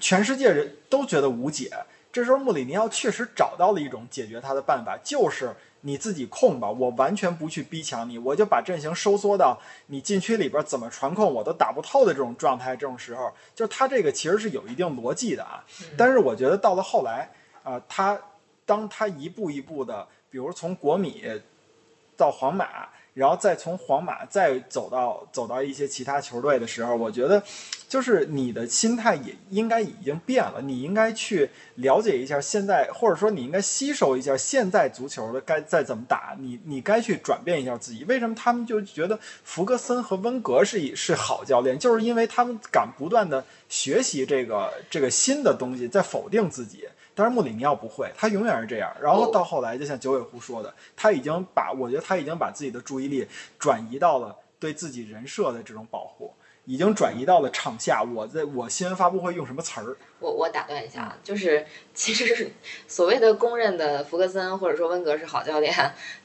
S3: 全世界人都觉得无解。这时候穆里尼奥确实找到了一种解决他的办法，就是你自己控吧，我完全不去逼抢你，我就把阵型收缩到你禁区里边怎么传控我都打不透的这种状态。这种时候，就是他这个其实是有一定逻辑的啊。但是我觉得到了后来啊、呃他当他一步一步的，比如从国米到皇马，然后再从皇马再走到走到一些其他球队的时候，我觉得就是你的心态也应该已经变了，你应该去了解一下现在，或者说你应该吸收一下现在足球的该再怎么打，你你该去转变一下自己。为什么他们就觉得福格森和温格是一是好教练，就是因为他们敢不断的学习这个这个新的东西，在否定自己。但是穆里尼奥不会，他永远是这样。然后到后来，就像九尾狐说的，他已经把我觉得他已经把自己的注意力转移到了对自己人设的这种保护，已经转移到了场下我在我新闻发布会用什么词儿。
S2: 我我打断一下，啊，就是其实是所谓的公认的福格森或者说温格是好教练，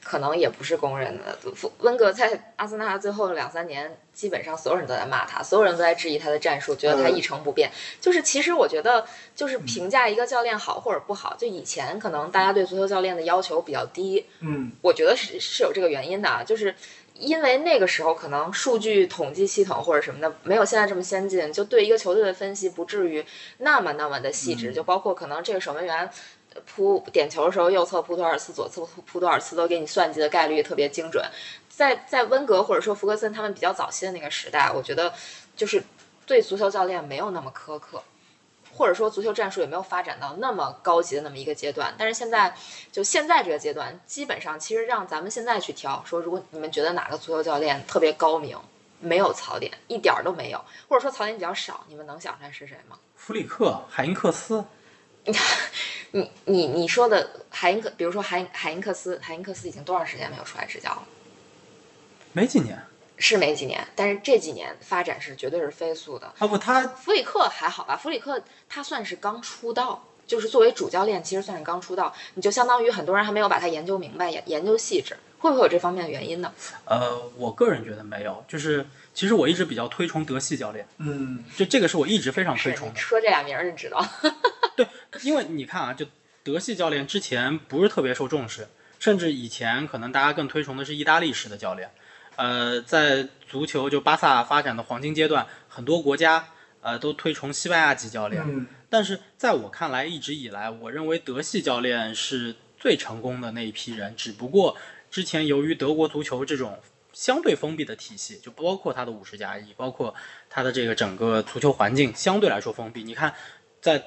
S2: 可能也不是公认的。福温格在阿森纳最后两三年，基本上所有人都在骂他，所有人都在质疑他的战术，觉得他一成不变。就是其实我觉得，就是评价一个教练好或者不好，就以前可能大家对足球教练的要求比较低，
S3: 嗯，
S2: 我觉得是是有这个原因的，啊，就是因为那个时候可能数据统计系统或者什么的没有现在这么先进，就对一个球队的分析不至于那么那么的细致，就包括可能这个守门员。呃扑点球的时候，右侧扑多少次，左侧扑扑多少次，都给你算计的概率特别精准。在在温格或者说福格森他们比较早期的那个时代，我觉得就是对足球教练没有那么苛刻，或者说足球战术也没有发展到那么高级的那么一个阶段。但是现在就现在这个阶段，基本上其实让咱们现在去挑，说如果你们觉得哪个足球教练特别高明，没有槽点，一点儿都没有，或者说槽点比较少，你们能想出来是谁吗？
S4: 弗里克、海因克斯，
S2: 你你你说的海因克，比如说海因海因克斯，海因克斯已经多长时间没有出来执教了？
S4: 没几年
S2: 是没几年，但是这几年发展是绝对是飞速的。
S4: 啊不，他
S2: 弗里克还好吧？弗里克他算是刚出道，就是作为主教练，其实算是刚出道，你就相当于很多人还没有把他研究明白、研研究细致，会不会有这方面的原因呢？
S4: 呃，我个人觉得没有，就是其实我一直比较推崇德系教练，
S3: 嗯，
S4: 就这个是我一直非常推
S2: 是
S4: 崇
S2: 你
S4: 的。
S2: 说这俩名儿，你知道？
S4: 因为你看啊，就德系教练之前不是特别受重视，甚至以前可能大家更推崇的是意大利式的教练。呃，在足球就巴萨发展的黄金阶段，很多国家呃都推崇西班牙籍教练。
S3: 嗯
S4: 但是在我看来，一直以来，我认为德系教练是最成功的那一批人。只不过之前由于德国足球这种相对封闭的体系，就包括它的五十加一，包括它的这个整个足球环境相对来说封闭。你看，在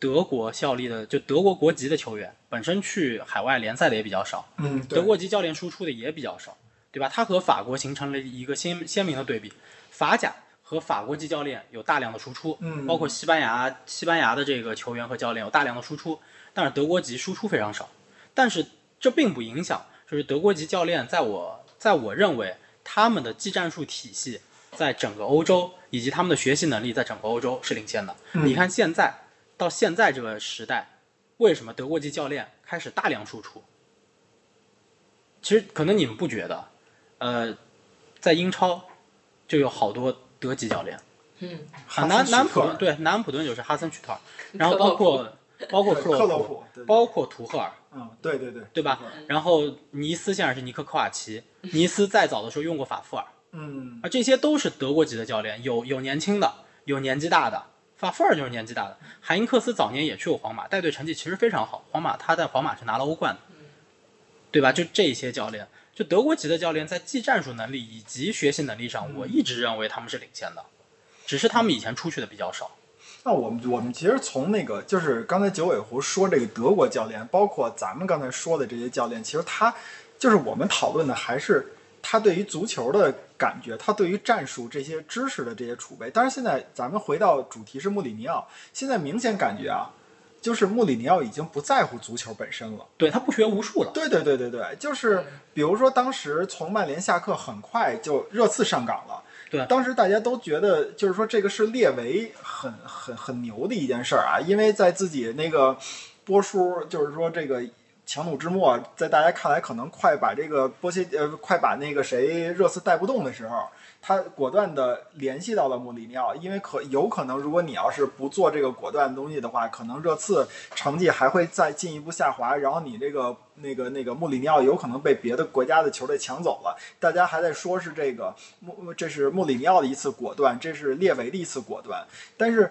S4: 德国效力的就德国国籍的球员，本身去海外联赛的也比较少，
S3: 嗯，对
S4: 德国籍教练输出的也比较少，对吧？它和法国形成了一个鲜鲜明的对比，法甲和法国籍教练有大量的输出，
S3: 嗯
S4: 包括西班牙西班牙的这个球员和教练有大量的输出，但是德国籍输出非常少，但是这并不影响，就是德国籍教练在我在我认为他们的技战术体系在整个欧洲以及他们的学习能力在整个欧洲是领先的。
S3: 嗯
S4: 你看现在到现在这个时代，为什么德国籍教练开始大量输出？其实可能你们不觉得，呃，在英超就有好多德籍教练，
S2: 嗯，
S4: 啊，
S3: 哈
S4: 南
S3: 森
S4: 南
S3: 许
S4: 普
S3: 特
S4: 顿
S3: 尔
S4: 对南普顿就是哈森屈特尔，然后包括包括
S3: 对
S4: 克洛
S3: 洛
S4: 普，
S3: 普，对
S4: 包括图赫尔，
S3: 嗯，对对对，
S4: 对吧
S3: 没错？
S4: 然后尼斯现在是尼克科瓦奇，尼斯再早的时候用过法夫尔，
S3: 嗯
S4: 啊，这些都是德国籍的教练，有有年轻的，有年纪大的。法夫尔就是年纪大的，海因克斯早年也去过皇马，带队成绩其实非常好。皇马他在皇马是拿了欧冠的，对吧？就这些教练，就德国籍的教练在技战术能力以及学习能力上，我一直认为他们是领先的，只是他们以前出去的比较少。
S3: 那我们我们其实从那个就是刚才九尾狐说这个德国教练，包括咱们刚才说的这些教练，其实他就是我们讨论的还是他对于足球的感觉，他对于战术这些知识的这些储备。但是现在咱们回到主题是穆里尼奥，现在明显感觉啊，就是穆里尼奥已经不在乎足球本身了。
S4: 对他不学无术了，
S3: 对对对对对，就是比如说当时从曼联下课，很快就热刺上岗了。
S4: 对
S3: 当时大家都觉得，就是说这个是列维很很很牛的一件事儿啊，因为在自己那个波叔，就是说这个强弩之末，在大家看来可能快把这个波切呃快把那个谁热刺带不动的时候，他果断的联系到了穆里尼奥，因为可有可能，如果你要是不做这个果断的东西的话，可能热刺成绩还会再进一步下滑，然后你这个那个那个穆里尼奥有可能被别的国家的球队抢走了。大家还在说是这个穆，这是穆里尼奥的一次果断，这是列维的一次果断，但是。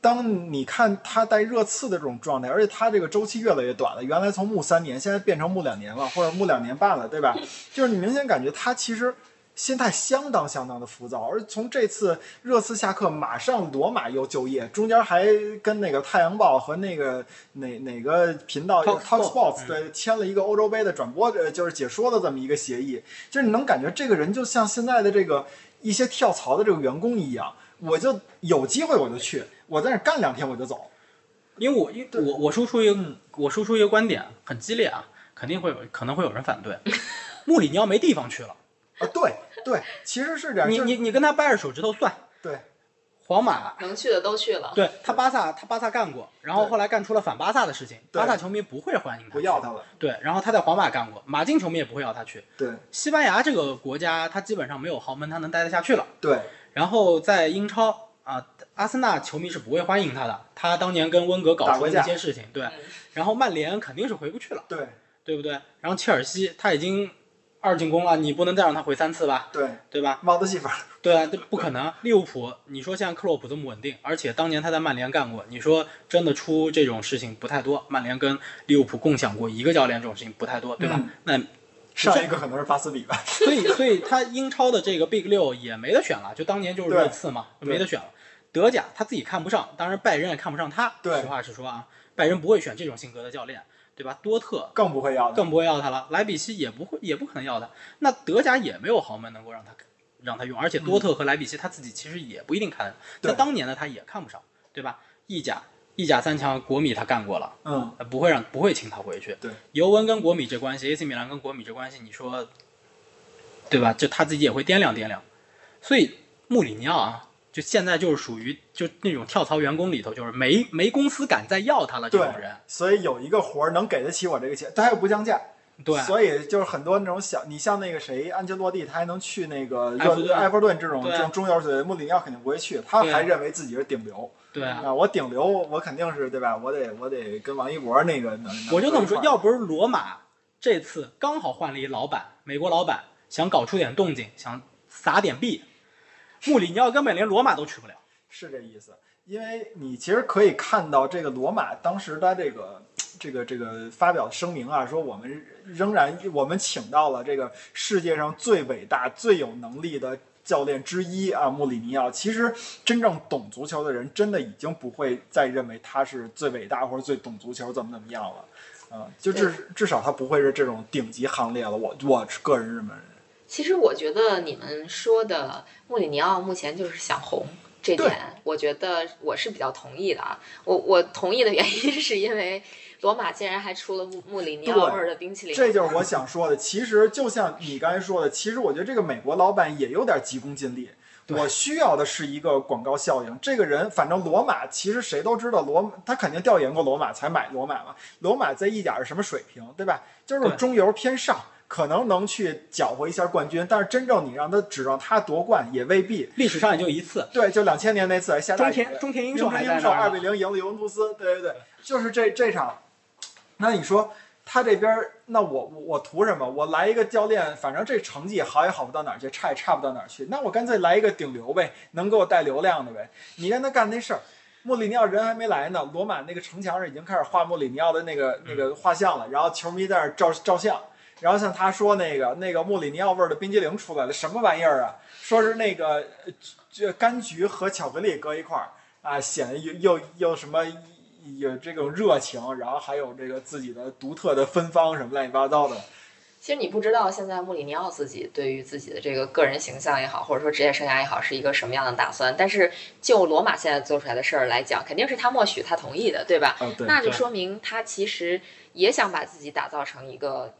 S3: 当你看他带热刺的这种状态，而且他这个周期越来越短了，原来从穆三年，现在变成穆两年了，或者穆两年半了，对吧？就是你明显感觉他其实心态相当相当的浮躁，而从这次热刺下课，马上罗马又就业，中间还跟那个太阳报和那个哪哪个频道
S4: Talk Sports，
S3: Sports 对签了一个欧洲杯的转播，呃，就是解说的这么一个协议，就是你能感觉这个人就像现在的这个一些跳槽的这个员工一样，我就有机会我就去，我在那儿干两天我就走。
S4: 因为我因我我输出一个我输出一个观点很激烈啊，肯定会有可能会有人 反对，穆里尼奥没地方去了，
S3: 啊，对对，其实是这样，
S4: 你
S3: 就是
S4: 你你跟他掰着手指头算，
S3: 对
S4: 皇马
S2: 能去的都去了。
S4: 对他巴萨，他巴萨干过，然后
S3: 对
S4: 后来干出了反巴萨的事情，
S3: 对
S4: 巴萨球迷不会欢迎他，
S3: 不要他。了，
S4: 对，然后他在皇马干过，马竞球迷也不会要他去。
S3: 对
S4: 西班牙这个国家，他基本上没有豪门，他能待得下去了。
S3: 对
S4: 然后在英超啊，阿森纳球迷是不会欢迎他的，他当年跟温格搞
S3: 打
S4: 出
S3: 过
S4: 的那
S3: 架嗯
S4: 些事情，对。然后曼联肯定是回不去了，
S3: 对
S4: 对不对？然后切尔西他已经二进宫了，你不能再让他回三次吧，
S3: 对，
S4: 对吧？
S3: 猫的戏 法，
S4: 对啊，这不可能。利物浦，你说现在克洛普这么稳定，而且当年他在曼联干过，你说真的出这种事情不太多。曼联跟利物浦共享过一个教练，这种事情不太多，对
S3: 嗯
S4: 吧？那
S3: 上一个可能是巴斯比吧，
S4: 所以，所以他英超的这个 Big 六也没得选了，就当年就是
S3: 对
S4: 热刺嘛，就
S3: 对
S4: 没得选了。德甲他自己看不上，当然拜仁也看不上他。
S3: 对
S4: 实话实说啊，拜仁不会选这种性格的教练，对吧？多特
S3: 更不会要的。
S4: 更不会要他了，莱比锡也不会，也不可能要他。那德甲也没有豪门能够让他让他用，而且多特和莱比锡他自己其实也不一定看，
S3: 嗯对
S4: 在当年呢他也看不上，对吧？意甲意甲三强国米他干过了，
S3: 嗯，
S4: 呃不会让不会请他回去。
S3: 对，
S4: 尤文跟国米这关系，AC 米兰跟国米这关系，你说对吧？就他自己也会掂量掂量。所以穆里尼奥啊，就现在就是属于就那种跳槽员工里头，就是没没公司敢再要他了这
S3: 对
S4: 种人。，
S3: 所以有一个活儿能给得起我这个钱，他又不降价，
S4: 对，啊
S3: 所以就是很多那种小，你像那个谁，安切洛蒂，他还能去那个
S4: 埃弗顿
S3: 热埃弗顿这种
S4: 对
S3: 这种中游球队，穆里尼奥肯定不会去，他
S4: 对
S3: 还认为自己是顶流
S4: 对啊。
S3: 啊，我顶流，我肯定是对吧？我得我得跟王一博那个能，能
S4: 我就这么说，
S3: 一块儿
S4: 要不是罗马这次刚好换了一老板，美国老板想搞出点动静，想撒点币，穆里尼奥根本连罗马都去不了。
S3: 是这意思，因为你其实可以看到这个罗马当时他这个这个这个发表声明啊，说我们仍然我们请到了这个世界上最伟大、最有能力的。教练之一啊，穆里尼奥。其实真正懂足球的人，真的已经不会再认为他是最伟大或者最懂足球怎么怎么样了，啊、就至至少他不会是这种顶级行列了。我我个人认为，
S2: 其实我觉得你们说的穆里尼奥目前就是想红这
S3: 对
S2: 点，我觉得我是比较同意的啊。我我同意的原因是因为罗马竟然还出了穆穆里尼奥
S3: 对
S2: 味儿的冰淇淋，
S3: 这就是 我想说的。其实就像你刚才说的，其实我觉得这个美国老板也有点急功近利。
S4: 对
S3: 我需要的是一个广告效应。这个人，反正罗马其实谁都知道罗马，他肯定调研过罗马才买罗马嘛。罗马在意甲是什么水平，对吧？就是
S4: 对
S3: 中游偏上，可能能去搅和一下冠军，但是真正你让他指望他夺冠也未必。
S4: 历史上也就一次，
S3: 对，就两千年那次还下大雨。
S4: 中田中田英
S3: 英
S4: 寿还在那
S3: 二
S4: 儿
S3: 比
S4: 呢。
S3: 零赢了尤文图斯，对对对，就是这这场。那你说他这边儿那我我我图什么？我来一个教练，反正这成绩好也好不到哪儿去，差也差不到哪儿去，那我干脆来一个顶流呗，能给我带流量的呗。你让他干那事儿，穆里尼奥人还没来呢，罗马那个城墙上已经开始画穆里尼奥的那个那
S4: 嗯
S3: 个画像了，然后球迷在那儿照照相。然后像他说那个那个穆里尼奥味儿的冰激凌出来了，什么玩意儿啊？说是那个呃这柑橘和巧克力搁一块儿啊，显得又又又什么有这种热情，然后还有这个自己的独特的芬芳什么乱七八糟的。
S2: 其实你不知道现在穆里尼奥自己对于自己的这个个人形象也好，或者说职业生涯也好，是一个什么样的打算。但是就罗马现在做出来的事儿来讲，肯定是他默许、他同意的，对吧？
S3: 啊，对，
S2: 那就
S4: 对
S2: 说明他其实也想把自己打造成一个，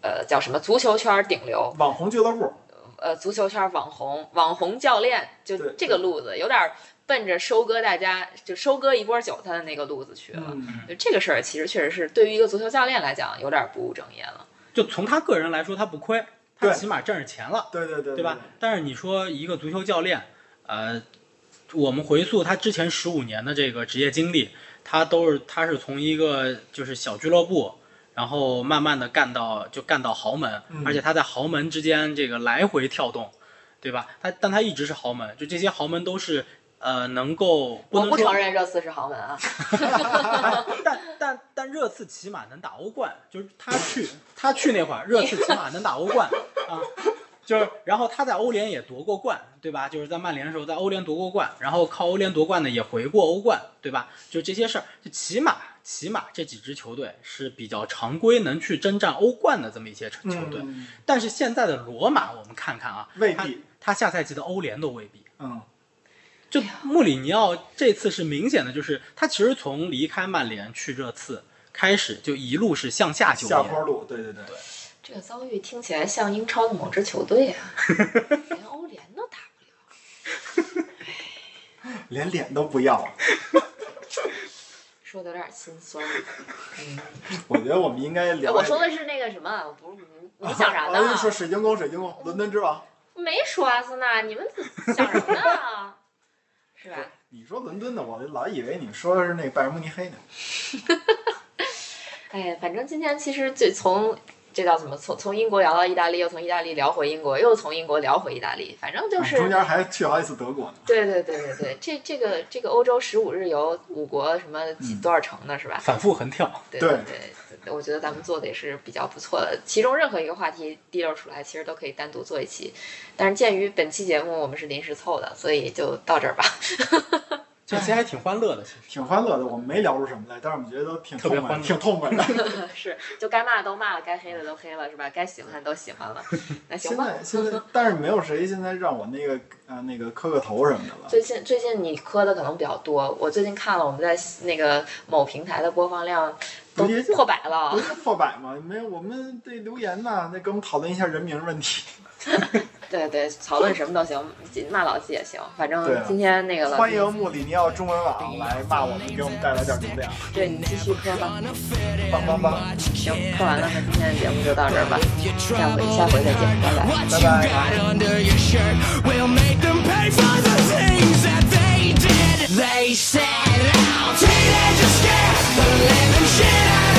S2: 呃，叫什么足球圈顶流，
S3: 网红俱乐部，
S2: 呃，足球圈网红、网红教练，就
S3: 对
S2: 这个路子，有点儿奔着收割大家，就收割一波韭菜的那个路子去了。
S3: 嗯，
S2: 就这个事儿，其实确实是对于一个足球教练来讲，有点儿不务正业了。
S4: 就从他个人来说，他不亏，他
S3: 对
S4: 起码挣着钱了。
S3: 对对对，
S4: 对吧？？但是你说一个足球教练，呃，我们回溯他之前十五年的这个职业经历，他都是他是从一个就是小俱乐部，然后慢慢的干到就干到豪门，
S3: 嗯
S4: 而且他在豪门之间这个来回跳动，对吧？他但他一直是豪门，就这些豪门都是呃能够不
S2: 我
S4: 能
S2: 不承
S4: 说，
S2: 认热刺是豪门啊，
S4: 但但但热刺起码能打欧冠，就是
S2: 嗯
S4: 他去他去那会儿，热刺起码能打欧 冠啊。就是，然后他在欧联也夺过冠，对吧？就是在曼联的时候，在欧联夺过冠，然后靠欧联夺冠呢也回过欧冠，对吧？就这些事儿，就起码起码这几支球队是比较常规能去征战欧冠的这么一些球球队。
S3: 嗯，
S4: 但是现在的罗马，我们看看啊，
S3: 未
S4: 他
S3: 必，
S4: 他下赛季的欧联都未必。
S3: 嗯，
S4: 就穆里尼奥这次是明显的，就是他其实从离开曼联去热刺开始，就一路是向下就
S3: 下
S4: 业。
S3: 坡路，对对对，
S2: 这个遭遇听起来像英超的某支球 队啊，连欧联都打不了。
S3: 连脸都不要了。
S2: 说的有点心酸，
S3: 我觉得我们应该
S2: 哎
S3: 聊。
S2: 我说的是那个什么，不是你你想 啥呢？
S3: 啊说水晶宫，水晶宫，伦敦之王。
S2: 没说阿森纳，你们想什么呢？ 是吧？
S3: 你说伦敦的，我老以为你说的是那个拜仁慕尼黑呢。
S2: 哎，反正今天其实就从这叫什么，从从英国聊到意大利，又从意大利聊回英国，又从英国聊回意大利，反正就
S3: 哎中
S2: 是
S3: 间还去好几次德国呢。
S2: 对对对对对，这这个这个欧洲十五日游，五国什么几
S3: 嗯
S2: 多少城呢？是吧？
S4: 反复横跳，
S2: 对
S3: 对
S2: 对对，我觉得咱们做的也是比较不错的。其中任何一个话题滴溜出来，其实都可以单独做一期。但是鉴于本期节目我们是临时凑的，所以就到这儿吧。
S4: 这期还挺欢乐的，其实。
S3: 挺欢乐的，我们没聊出什么来，但是我们觉得都挺
S4: 特
S3: 痛
S4: 别
S3: 快的，
S4: 欢乐
S3: 挺痛快的。
S2: 是，就该骂的都骂了，该黑的都黑了，是吧？该喜欢的都喜欢 了，那行
S3: 现
S2: 吧。
S3: 在现在，但是没有谁现在让我那个呃那个磕个头什么的了。
S2: 最近最近你磕的可能比较多，我最近看了我们在那个某平台的播放量都
S3: 不也就
S2: 破百了
S3: 不，是破百吗？没有，我们得留言呐、那跟我们讨论一下人名问题。
S2: 对对，讨论什么都行，骂老纪也行，反
S3: 对
S2: 正
S3: 啊
S2: 今天那个老
S3: 欢
S2: 纪，
S3: 迎穆里尼奥中文网来骂我们，给我们带来点流量。
S2: 对你继续磕吧，
S3: 帮帮帮，
S2: 行，磕完了，那今天的节目就到这儿吧，下回下回再见，拜拜。
S1: What
S3: Bye-bye.
S1: you got under your shirt will make them pay for the things that they did. They set out teenagers scared, the living shit out.